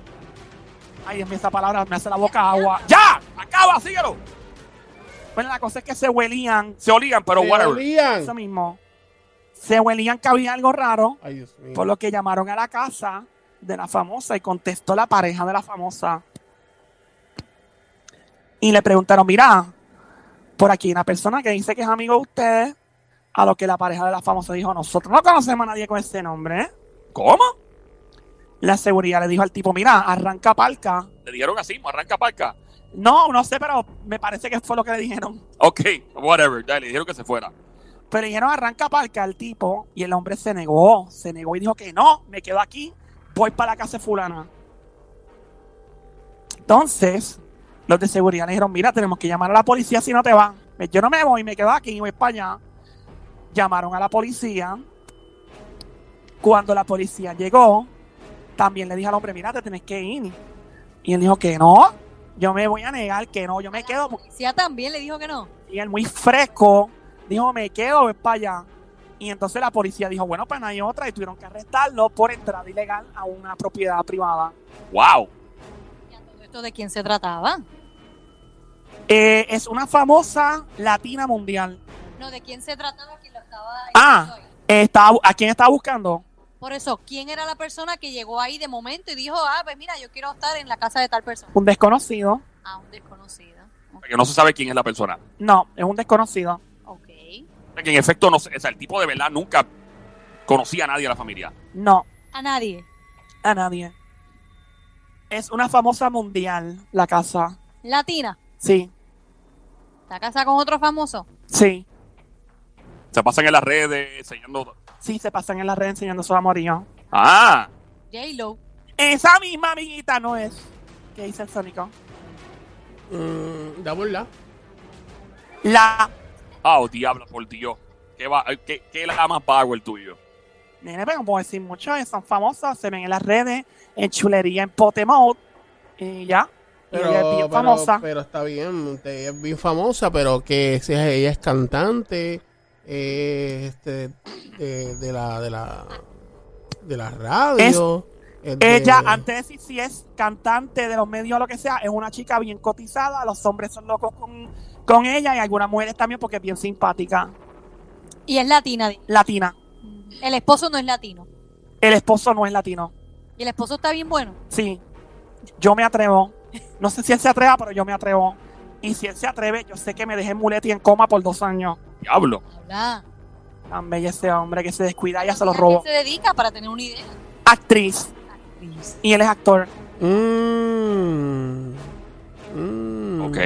Speaker 3: Ay, Dios mío, esa palabra me hace la boca agua. Ya.
Speaker 1: ¡Ya! ¡Acaba, síguelo!
Speaker 3: Bueno, la cosa es que se huelían.
Speaker 1: Se olían, pero
Speaker 4: Se
Speaker 1: whatever.
Speaker 4: olían.
Speaker 3: Eso mismo. Se huelían que había algo raro.
Speaker 4: Ay, Dios mío.
Speaker 3: Por lo que llamaron a la casa de la famosa y contestó la pareja de la famosa. Y le preguntaron, mira, por aquí hay una persona que dice que es amigo de ustedes. A lo que la pareja de la famosa dijo, nosotros no conocemos a nadie con ese nombre. ¿eh?".
Speaker 1: ¿Cómo?
Speaker 3: La seguridad le dijo al tipo, mira, arranca palca.
Speaker 1: Le dijeron así, arranca palca.
Speaker 3: No, no sé, pero me parece que fue lo que le dijeron.
Speaker 1: Ok, whatever. Dale, le dijeron que se fuera.
Speaker 3: Pero le dijeron, arranca palca al tipo. Y el hombre se negó, se negó y dijo que no, me quedo aquí, voy para la casa de fulana. Entonces, los de seguridad le dijeron, mira, tenemos que llamar a la policía si no te van. Me- Yo no me voy, me quedo aquí y voy para allá. Llamaron a la policía. Cuando la policía llegó, también le dije al hombre, mira, te tenés que ir. Y él dijo que no, yo me voy a negar, que no, yo me quedo. porque-
Speaker 2: policía también le dijo que no.
Speaker 3: Y él muy fresco dijo, me quedo, voy para allá. Y entonces la policía dijo, bueno, pues no hay otra. Y tuvieron que arrestarlo por entrada ilegal a una propiedad privada.
Speaker 1: ¡Wow!
Speaker 2: ¿Esto de quién se trataba?
Speaker 3: Eh, es una famosa latina mundial.
Speaker 2: No, ¿de quién se trataba quien lo estaba
Speaker 3: Ah.
Speaker 2: ahí?
Speaker 3: Estaba- ¿A quién estaba buscando?
Speaker 2: Por eso, ¿quién era la persona que llegó ahí de momento y dijo, ah, pues mira, yo quiero estar en la casa de tal persona?
Speaker 3: Un desconocido.
Speaker 2: Ah, un desconocido.
Speaker 1: Que no se sabe quién es la persona.
Speaker 3: No, es un desconocido.
Speaker 2: Ok.
Speaker 1: O sea, que en efecto, no, sé- o sea, el tipo de verdad nunca conocía a nadie de la familia.
Speaker 3: No,
Speaker 2: A nadie.
Speaker 3: a nadie. Es una famosa mundial la casa.
Speaker 2: Latina.
Speaker 3: Sí,
Speaker 2: ¿Está casada con otro famoso?
Speaker 3: sí.
Speaker 1: Se pasan en las redes enseñando.
Speaker 3: Sí, se pasan en la red enseñando su amorío.
Speaker 1: ¡Ah!
Speaker 2: J-Lo.
Speaker 3: Esa misma amiguita no es. ¿Qué dice el Sónico?
Speaker 4: Mm, damos la.
Speaker 3: La.
Speaker 1: ¡Ah, oh, diablo, por Dios! ¿Qué, va, eh, qué, qué la más vago el tuyo?
Speaker 3: Nene, pero no puedo decir mucho. eh, Son famosas, se ven en las redes, en chulería, en Potemot. Y ya. Y
Speaker 4: Pero,
Speaker 3: ella es bien
Speaker 4: pero-
Speaker 3: famosa.
Speaker 4: pero está bien, te- es bien famosa, pero que si es- ella es cantante, eh, este, de, de la, de la, de la radio. es de-
Speaker 3: Ella, antes de decir si es cantante de los medios o lo que sea, es una chica bien cotizada. Los hombres son locos con, con ella y algunas mujeres también porque es bien simpática.
Speaker 2: Y es latina. di-
Speaker 3: Latina.
Speaker 2: El esposo no es latino.
Speaker 3: El esposo no es latino.
Speaker 2: Y el esposo está bien bueno.
Speaker 3: Sí. Yo me atrevo. No sé si él se atreva, pero yo me atrevo. Y si él se atreve, yo sé que me dejé en muleti en coma por dos años.
Speaker 1: ¡Diablo!
Speaker 2: Habla.
Speaker 3: Tan bella ese hombre que se descuida, ella se
Speaker 2: Pero
Speaker 3: lo
Speaker 2: mira
Speaker 3: robó.
Speaker 2: ¿A qué se dedica para tener una idea?
Speaker 3: Actriz. Y él es actor.
Speaker 4: Mm. Mm.
Speaker 1: Ok.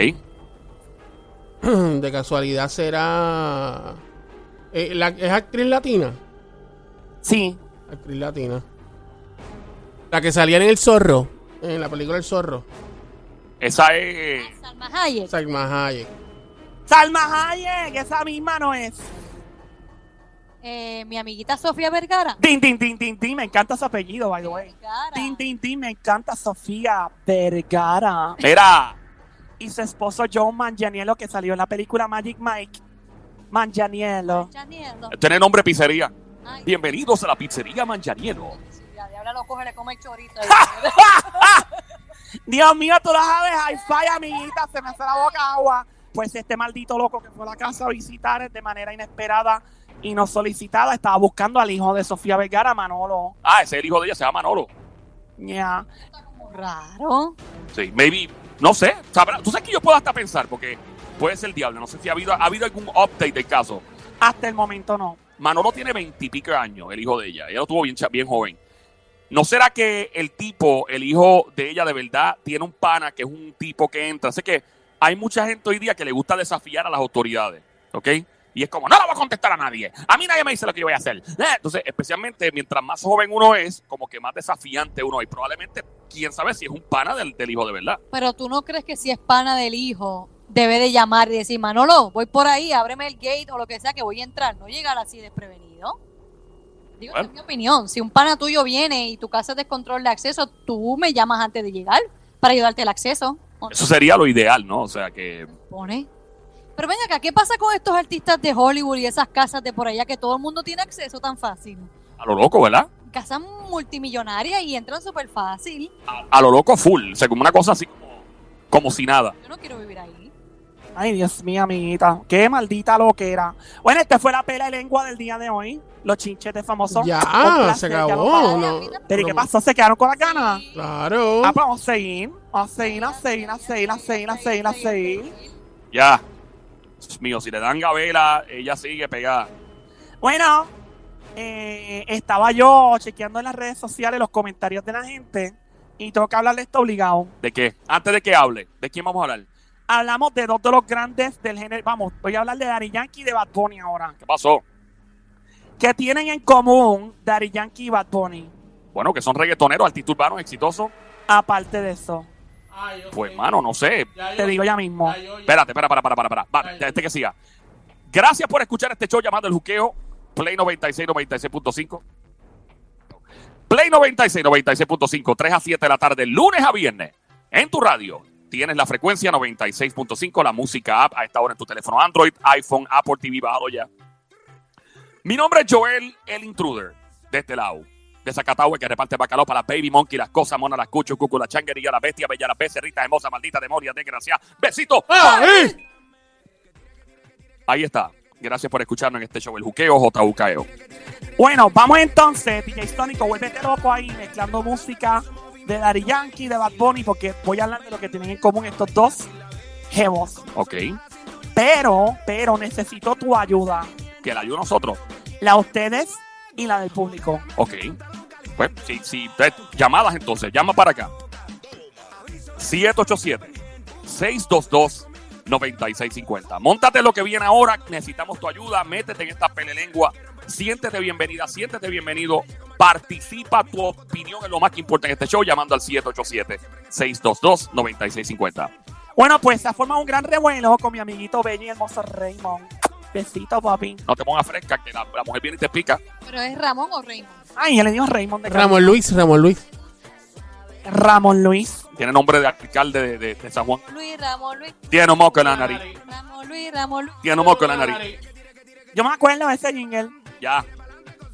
Speaker 4: De casualidad será. eh, la- es actriz latina.
Speaker 3: Sí.
Speaker 4: Actriz latina. La que salía en El Zorro. En la película El Zorro.
Speaker 1: Esa es.
Speaker 2: Ah, Salma Hayek.
Speaker 4: Salma Hayek.
Speaker 3: Salma Hayek, esa misma no es.
Speaker 2: Eh, mi amiguita Sofía Vergara.
Speaker 3: Din, din, din, din, din. Me encanta su apellido, by the way.
Speaker 2: Vergara.
Speaker 3: Tin, tin, tin, me encanta Sofía Vergara.
Speaker 1: Era.
Speaker 3: Y su esposo John Manganiello, que salió en la película Magic Mike. Manganiello.
Speaker 2: Chanielo.
Speaker 1: Tiene nombre de pizzería.
Speaker 2: Ay,
Speaker 1: Bienvenidos a la pizzería Manganiello.
Speaker 2: sí, ya, diabla lo coge, le come el chorizo.
Speaker 3: Dios mío, tú lo sabes, high five, amiguita, se me hace la boca agua. Pues este maldito loco que fue a la casa a visitar de manera inesperada y no solicitada, estaba buscando al hijo de Sofía Vergara, Manolo.
Speaker 1: Ah, ese es el hijo de ella, se llama Manolo.
Speaker 3: Yeah.
Speaker 2: Como Raro.
Speaker 1: Sí, maybe. No sé. sabrá- Tú sabes que yo puedo hasta pensar, porque puede ser el diablo. No sé si ha habido, ha habido algún update del caso.
Speaker 3: Hasta el momento no.
Speaker 1: Manolo tiene veintipico años, el hijo de ella. Ella lo tuvo bien, cha- bien joven. ¿No será que el tipo, el hijo de ella de verdad, tiene un pana que es un tipo que entra? Sé que hay mucha gente hoy día que le gusta desafiar a las autoridades, ¿ok? Y es como, no le voy a contestar a nadie. A mí nadie me dice lo que yo voy a hacer. Eh, Entonces, especialmente mientras más joven uno es, como que más desafiante uno es. Probablemente, quién sabe si es un pana del, del hijo de verdad.
Speaker 2: Pero tú no crees que si es pana del hijo, debe de llamar y decir, Manolo, voy por ahí, ábreme el gate o lo que sea que voy a entrar. No llegar así desprevenido. Digo, esa
Speaker 1: Bueno.
Speaker 2: es mi opinión. Si un pana tuyo viene y tu casa es de control de acceso, tú me llamas antes de llegar para ayudarte el acceso. ¿O no?
Speaker 1: Eso sería lo ideal, ¿no? O sea, que
Speaker 2: Pone. Pero ven acá, ¿qué pasa con estos artistas de Hollywood y esas casas de por allá que todo el mundo tiene acceso tan fácil?
Speaker 1: a lo loco, ¿verdad?
Speaker 2: Casas multimillonarias y entran súper fácil.
Speaker 1: A, a lo loco full. O sea, como una cosa así como, como si nada.
Speaker 2: Yo no quiero vivir ahí.
Speaker 3: Ay, Dios mío, amiguita. Qué maldita loquera. Bueno, esta fue la pela de lengua del día de hoy. Los chinchetes famosos.
Speaker 4: Ya,
Speaker 3: Un placer,
Speaker 4: se
Speaker 3: ya nos
Speaker 4: acabó.
Speaker 3: vamos.
Speaker 4: no.
Speaker 3: Pero ¿y qué pasó? ¿Se quedaron con las ganas?
Speaker 2: Sí.
Speaker 4: Claro.
Speaker 3: Ah, pues vamos a seguir. Vamos a seguir, a seguir, a seguir, a seguir, a seguir, a seguir.
Speaker 1: Ya. Dios mío, si le dan gavela, ella sigue pegada.
Speaker 3: Bueno, eh, estaba yo chequeando en las redes sociales los comentarios de la gente y tengo que hablar de esto obligado.
Speaker 1: ¿De qué? Antes de que hable, ¿de quién vamos a hablar?
Speaker 3: Hablamos de dos de los grandes del género. Vamos, voy a hablar de Daddy Yankee y de Bad Bunny ahora.
Speaker 1: ¿Qué pasó?
Speaker 3: ¿Qué tienen en común Daddy Yankee y Bad Bunny?
Speaker 1: Bueno, que son reggaetoneros, artistas urbanos, exitosos.
Speaker 3: Aparte de eso.
Speaker 1: Pues, mano, no sé.
Speaker 3: Te digo ya mismo.
Speaker 1: Espérate, espera, para, para, para, para. Va, este que siga. Gracias por escuchar este show llamado El Juqueo. Play 96, 96.5. Play 96, 96.5. 3 a 7 de la tarde, lunes a viernes. En tu radio tienes la frecuencia 96.5, la música app a esta hora en tu teléfono Android, iPhone, Apple TV, bájalo ya. Mi nombre es Joel, el intruder, de este lado. De Zacatahue, que reparte bacalao para Baby Monkey, las cosas monas, las cucho, cucu, la changuería, la bestia, bella, la becerrita, hermosa, maldita, demonia, desgraciada. Besito.
Speaker 4: ¡Ahí!
Speaker 1: Ahí está. Gracias por escucharnos en este show, el juqueo JUKEO.
Speaker 3: Bueno, vamos entonces, DJ Sónico, vuélvete este loco ahí mezclando música de Daddy Yankee, de Bad Bunny, porque voy a hablar de lo que tienen en común estos dos jevos.
Speaker 1: Ok.
Speaker 3: Pero, pero necesito tu ayuda.
Speaker 1: Que la ayuda a nosotros.
Speaker 3: La de ustedes y la del público.
Speaker 1: Ok. Pues, sí, sí. te- Llamadas entonces. Llama para acá. 787-622-9650. Móntate lo que viene ahora. Necesitamos tu ayuda. Métete en esta pelelengua. Siéntete bienvenida, siéntete bienvenido. Participa tu opinión es lo más que importa en este show llamando al 787-622-9650.
Speaker 3: Bueno, pues se ha formado un gran revuelo con mi amiguito bello y hermoso Raymond. Besito, papi.
Speaker 1: No te pongas fresca, que la, la mujer viene y te pica.
Speaker 2: Pero es Ramón o Raymond.
Speaker 3: Ay, ya le digo Raymond de
Speaker 4: Ramón Luis, Ramón Luis.
Speaker 3: Ramón Luis.
Speaker 1: Tiene nombre de alcalde de, de- de San Juan.
Speaker 2: Luis, Ramón, Luis,
Speaker 1: Tiene un moco en la nariz.
Speaker 2: Ramón, Luis, Ramón, Luis.
Speaker 1: Tiene un moco en la nariz.
Speaker 3: Yo me acuerdo de ese jingle.
Speaker 1: Ya.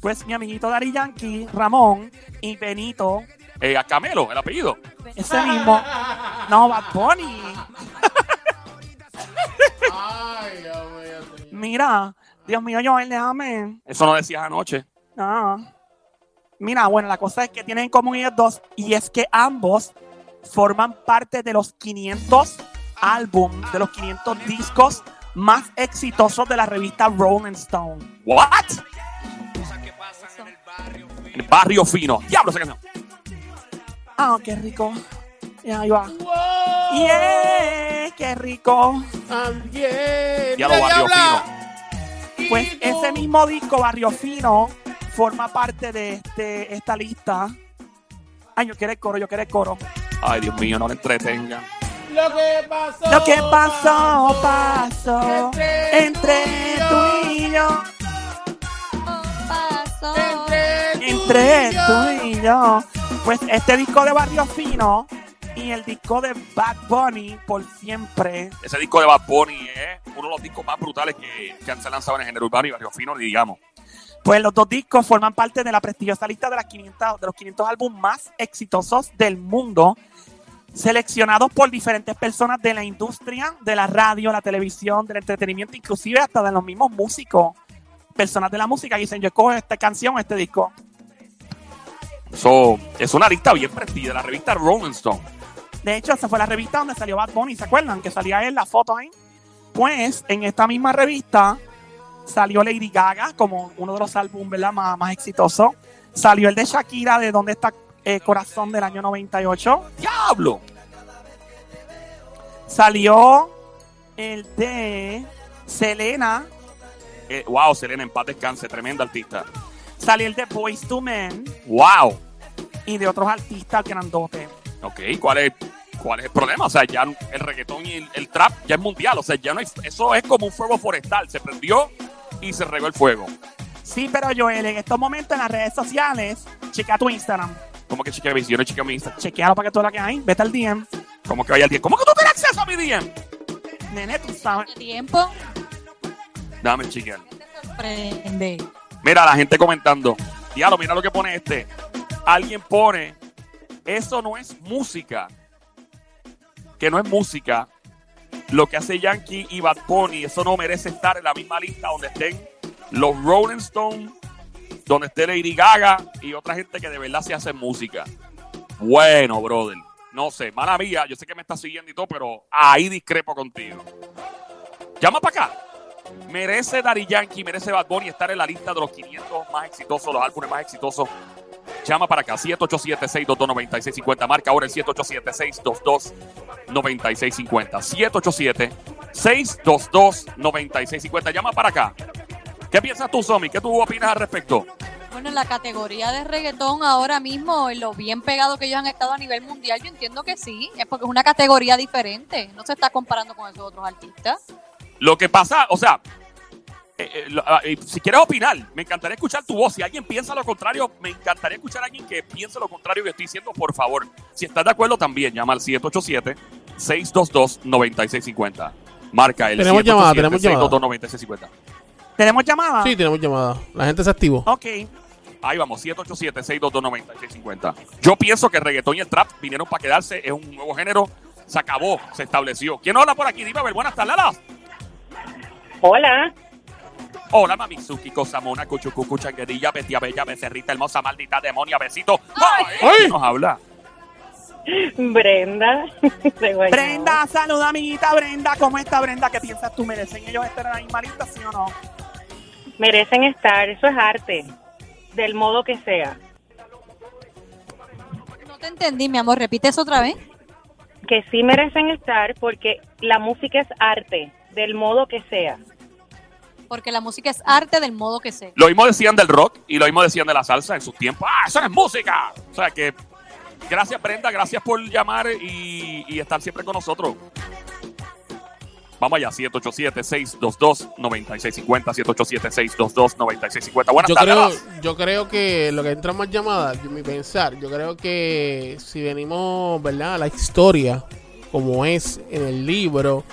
Speaker 3: Pues mi amiguito Dari Yankee, Ramón y Benito,
Speaker 1: Eh, a Camelo, el apellido.
Speaker 3: ese mismo. No, Bad Bunny.
Speaker 5: Ay, Dios mío, señor.
Speaker 3: Mira, Dios mío, Joel, déjame.
Speaker 1: Eso no decías anoche.
Speaker 3: Ah. Mira, bueno, la cosa es que tienen en común ellos dos y es que ambos forman parte de los 500 álbum, de los 500 discos más exitosos de la revista Rolling Stone.
Speaker 1: ¿What? El barrio fino. Diablo esa canción.
Speaker 3: Ah, qué rico. Y ahí va. Yeah, qué rico.
Speaker 4: También.
Speaker 1: Diablo barrio fino.
Speaker 3: Pues ese mismo disco, Barrio Fino, forma parte de este, esta lista. Ay, yo quiero el coro, yo quiero el coro.
Speaker 1: Ay, Dios mío, no le entretengan.
Speaker 5: Lo que pasó.
Speaker 3: Lo que pasó, pasó entre tú y yo.
Speaker 2: Pasó. Este
Speaker 3: Entre tú y yo. Pues este disco de Barrio Fino y el disco de Bad Bunny, por siempre.
Speaker 1: Ese disco de Bad Bunny es uno de los discos más brutales que, que han se lanzado en el género urbano y barrio fino, digamos.
Speaker 3: Pues los dos discos forman parte de la prestigiosa lista de, las 500, de los 500 álbumes más exitosos del mundo, seleccionados por diferentes personas de la industria, de la radio, la televisión, del entretenimiento, inclusive hasta de los mismos músicos, personas de la música que dicen, yo escojo esta canción, este disco.
Speaker 1: Eso es una lista bien prestigiosa, la revista Rolling Stone.
Speaker 3: De hecho, esa fue la revista donde salió Bad Bunny, ¿se acuerdan? Que salía él, la foto ahí. Pues en esta misma revista salió Lady Gaga como uno de los álbumes ¿verdad? Más, más exitosos. Salió el de Shakira de Dónde está eh, Corazón del año 98.
Speaker 1: ¡Diablo!
Speaker 3: Salió el de Selena.
Speaker 1: Eh, wow, Selena, en paz descanse, tremenda artista.
Speaker 3: Salió el de Boys to Men
Speaker 1: ¡Wow!
Speaker 3: y de otros artistas grandotes.
Speaker 1: Ok, ¿cuál es, ¿cuál es el problema? O sea, ya el reggaetón y el, el trap ya es mundial. O sea, ya no hay, eso es como un fuego forestal. Se prendió y se regó el fuego.
Speaker 3: Sí, pero Joel, en estos momentos en las redes sociales, chequea tu Instagram.
Speaker 1: ¿Cómo que chica visión y chica mi Instagram?
Speaker 3: Chequealo para que tú la que hay. Vete al DM.
Speaker 1: ¿Cómo que vaya al 10? ¿Cómo que tú tienes acceso a mi DM?
Speaker 3: Nene, tú sabes.
Speaker 2: Tiempo.
Speaker 1: Dame, chica.
Speaker 2: Te sorprende.
Speaker 1: Mira, la gente comentando. Diablo, mira lo que pone este. Alguien pone, eso no es música. Que no es música. Lo que hace Yankee y Bad Bunny, eso no merece estar en la misma lista donde estén los Rolling Stones, donde esté Lady Gaga y otra gente que de verdad se hace música. Bueno, brother. No sé, mala mía, yo sé que me estás siguiendo y todo, pero ahí discrepo contigo. Llama para acá. Merece Daddy Yankee, merece Bad Bunny estar en la lista de los 500 más exitosos, los álbumes más exitosos. Llama para acá, 787-622-9650. Marca ahora el 787-622-9650. 787-622-9650. Llama para acá. ¿Qué piensas tú, Somi? ¿Qué tú opinas al respecto?
Speaker 2: Bueno, en la categoría de reggaetón ahora mismo, en lo bien pegado que ellos han estado a nivel mundial, yo entiendo que sí, es porque es una categoría diferente, no se está comparando con esos otros artistas.
Speaker 1: Lo que pasa, o sea, eh, eh, lo- ah, eh, si quieres opinar, me encantaría escuchar tu voz. Si alguien piensa lo contrario, me encantaría escuchar a alguien que piense lo contrario que estoy diciendo, por favor. Si estás de acuerdo, también llama al 787-622-9650. Marca el
Speaker 4: Tenemos llamada, tenemos llamada.
Speaker 1: 787-622-9650.
Speaker 3: ¿Tenemos llamada?
Speaker 4: Sí, tenemos llamada. La gente se activó.
Speaker 3: Ok.
Speaker 1: Ahí vamos, 787-622-9650. Yo pienso que el reggaetón y el trap vinieron para quedarse, es un nuevo género, se acabó, se estableció. ¿Quién habla por aquí? Dime, a ver, buenas tardes. Lala.
Speaker 6: Hola,
Speaker 1: Hola, Mamizuki, Cosamona, Cuchucucu, Changuerilla, Bestia Bella, Becerrita, Hermosa, Maldita, Demonia, Besito. ¡Ay! ¿Quién nos habla?
Speaker 6: Brenda. de Guaynabo.
Speaker 3: Brenda, saluda, amiguita Brenda. ¿Cómo está Brenda? ¿Qué piensas tú? ¿Merecen ellos estar en la misma lista, sí o no?
Speaker 6: Merecen estar, eso es arte, del modo que sea.
Speaker 2: No te entendí, mi amor, repite eso otra vez.
Speaker 6: Que sí merecen estar porque la música es arte, del modo que sea.
Speaker 2: Porque la música es arte del modo que sea.
Speaker 1: Lo mismo decían del rock y lo mismo decían de la salsa en sus tiempos. ¡Ah, eso no es música! O sea que, gracias, Brenda, gracias por llamar y, y estar siempre con nosotros. Vamos allá, 787-622-9650, 787-622-9650. Buenas
Speaker 4: Yo
Speaker 1: tardes.
Speaker 4: creo,
Speaker 1: Alas.
Speaker 4: yo creo que lo que entra más llamadas, yo- mi pensar, yo creo que si venimos, ¿verdad? A la historia, como es en el libro,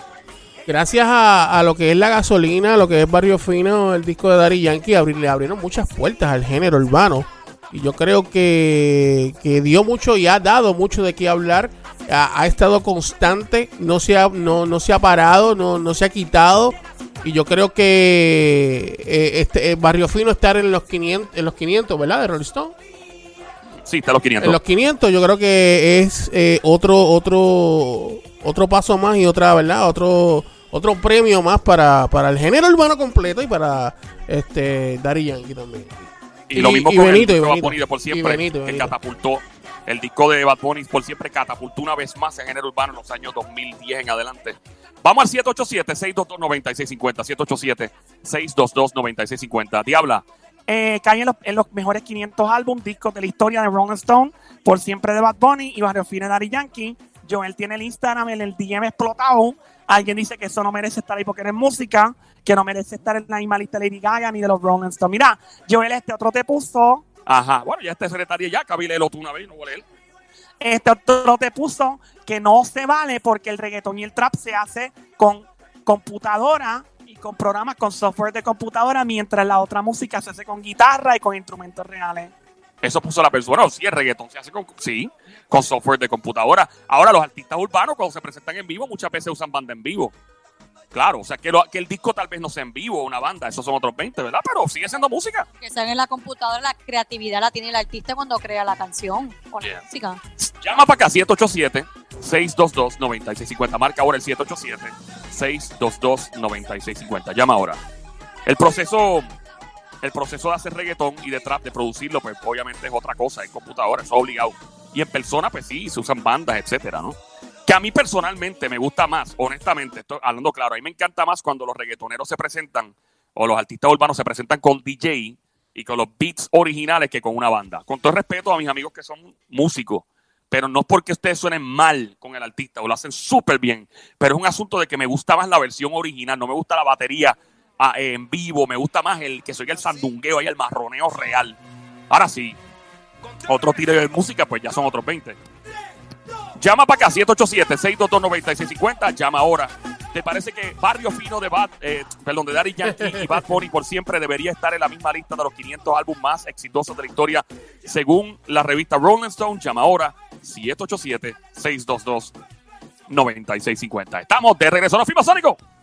Speaker 4: gracias a, a lo que es la gasolina, lo que es Barrio Fino, el disco de Dari Yankee, abri- le abrieron muchas puertas al género urbano. Y yo creo que, que dio mucho y ha dado mucho de qué hablar. Ha, ha estado constante, no se ha, no, no se ha parado, no, no se ha quitado. Y yo creo que eh, este, eh, Barrio Fino estar en los 500, en los 500 ¿verdad? De Rolling Stone.
Speaker 1: Sí, está a los 500.
Speaker 4: En los 500 yo creo que es eh, otro otro otro paso más y otra, ¿verdad? Otro otro premio más para, para el género urbano completo y para este Daddy Yankee también.
Speaker 1: Y, lo
Speaker 4: y-
Speaker 1: mismo
Speaker 4: y
Speaker 1: con
Speaker 4: Benito,
Speaker 1: el disco de
Speaker 4: y
Speaker 1: Bad
Speaker 4: Benito.
Speaker 1: Bunny de por
Speaker 4: Y
Speaker 1: siempre,
Speaker 4: Benito, y
Speaker 1: que
Speaker 4: Benito.
Speaker 1: catapultó. El disco de Bad Bunny por siempre catapultó una vez más el género urbano en los años 2010 en adelante. Vamos al 787-622-9650. 787-622-9650. Diabla,
Speaker 3: Eh, cae en los, en los mejores 500 álbum, discos de la historia de Rolling Stone, por siempre de Bad Bunny y Barrio Fino de Daddy Yankee. Joel tiene el Instagram, el, el DM explotado. Alguien dice que eso no merece estar ahí porque no es música, que no merece estar en la misma lista de Lady Gaga ni de los Rolling Stones. Mira, Joel, este otro te puso,
Speaker 1: ajá. Bueno, ya este secretario ya, cabilelo tú una vez, no voy a leer.
Speaker 3: este otro te puso que no se vale porque el reggaetón y el trap se hace con computadora y con programas, con software de computadora, mientras la otra música se hace con guitarra y con instrumentos reales.
Speaker 1: Eso puso la persona, o sí, el reggaetón se hace con, sí, con software de computadora. Ahora los artistas urbanos cuando se presentan en vivo muchas veces usan banda en vivo. Claro, o sea, que, lo- que el disco tal vez no sea en vivo, una banda, esos son otros 20, ¿verdad? Pero sigue siendo música.
Speaker 2: Que sale en la computadora, la creatividad la tiene el artista cuando crea la canción o la
Speaker 1: Yeah.
Speaker 2: música.
Speaker 1: Llama para acá, 787-622-9650. Marca ahora el 787-622-9650. Llama ahora. El proceso, el proceso de hacer reggaetón y de trap, de producirlo, pues obviamente es otra cosa, en computadora, eso es obligado. Y en persona, pues sí, se usan bandas, etcétera, ¿no? Que a mí personalmente me gusta más, honestamente, estoy hablando claro, a mí me encanta más cuando los reggaetoneros se presentan o los artistas urbanos se presentan con DJ y con los beats originales que con una banda. Con todo el respeto a mis amigos que son músicos, pero no es porque ustedes suenen mal con el artista o lo hacen súper bien, pero es un asunto de que me gusta más la versión original, no me gusta la batería ah, eh, en vivo, me gusta más el que soy el sandungueo y el marroneo real. Ahora sí, otro tiro de música, pues ya son otros 20. Llama para acá, 787-622-9650, llama ahora. ¿Te parece que Barrio Fino de Bad, eh, perdón, de Daddy Yankee y Bad Bunny por siempre debería estar en la misma lista de los 500 álbumes más exitosos de la historia según la revista Rolling Stone, llama ahora 787-622-9650. Estamos de regreso a los Fimasónicos.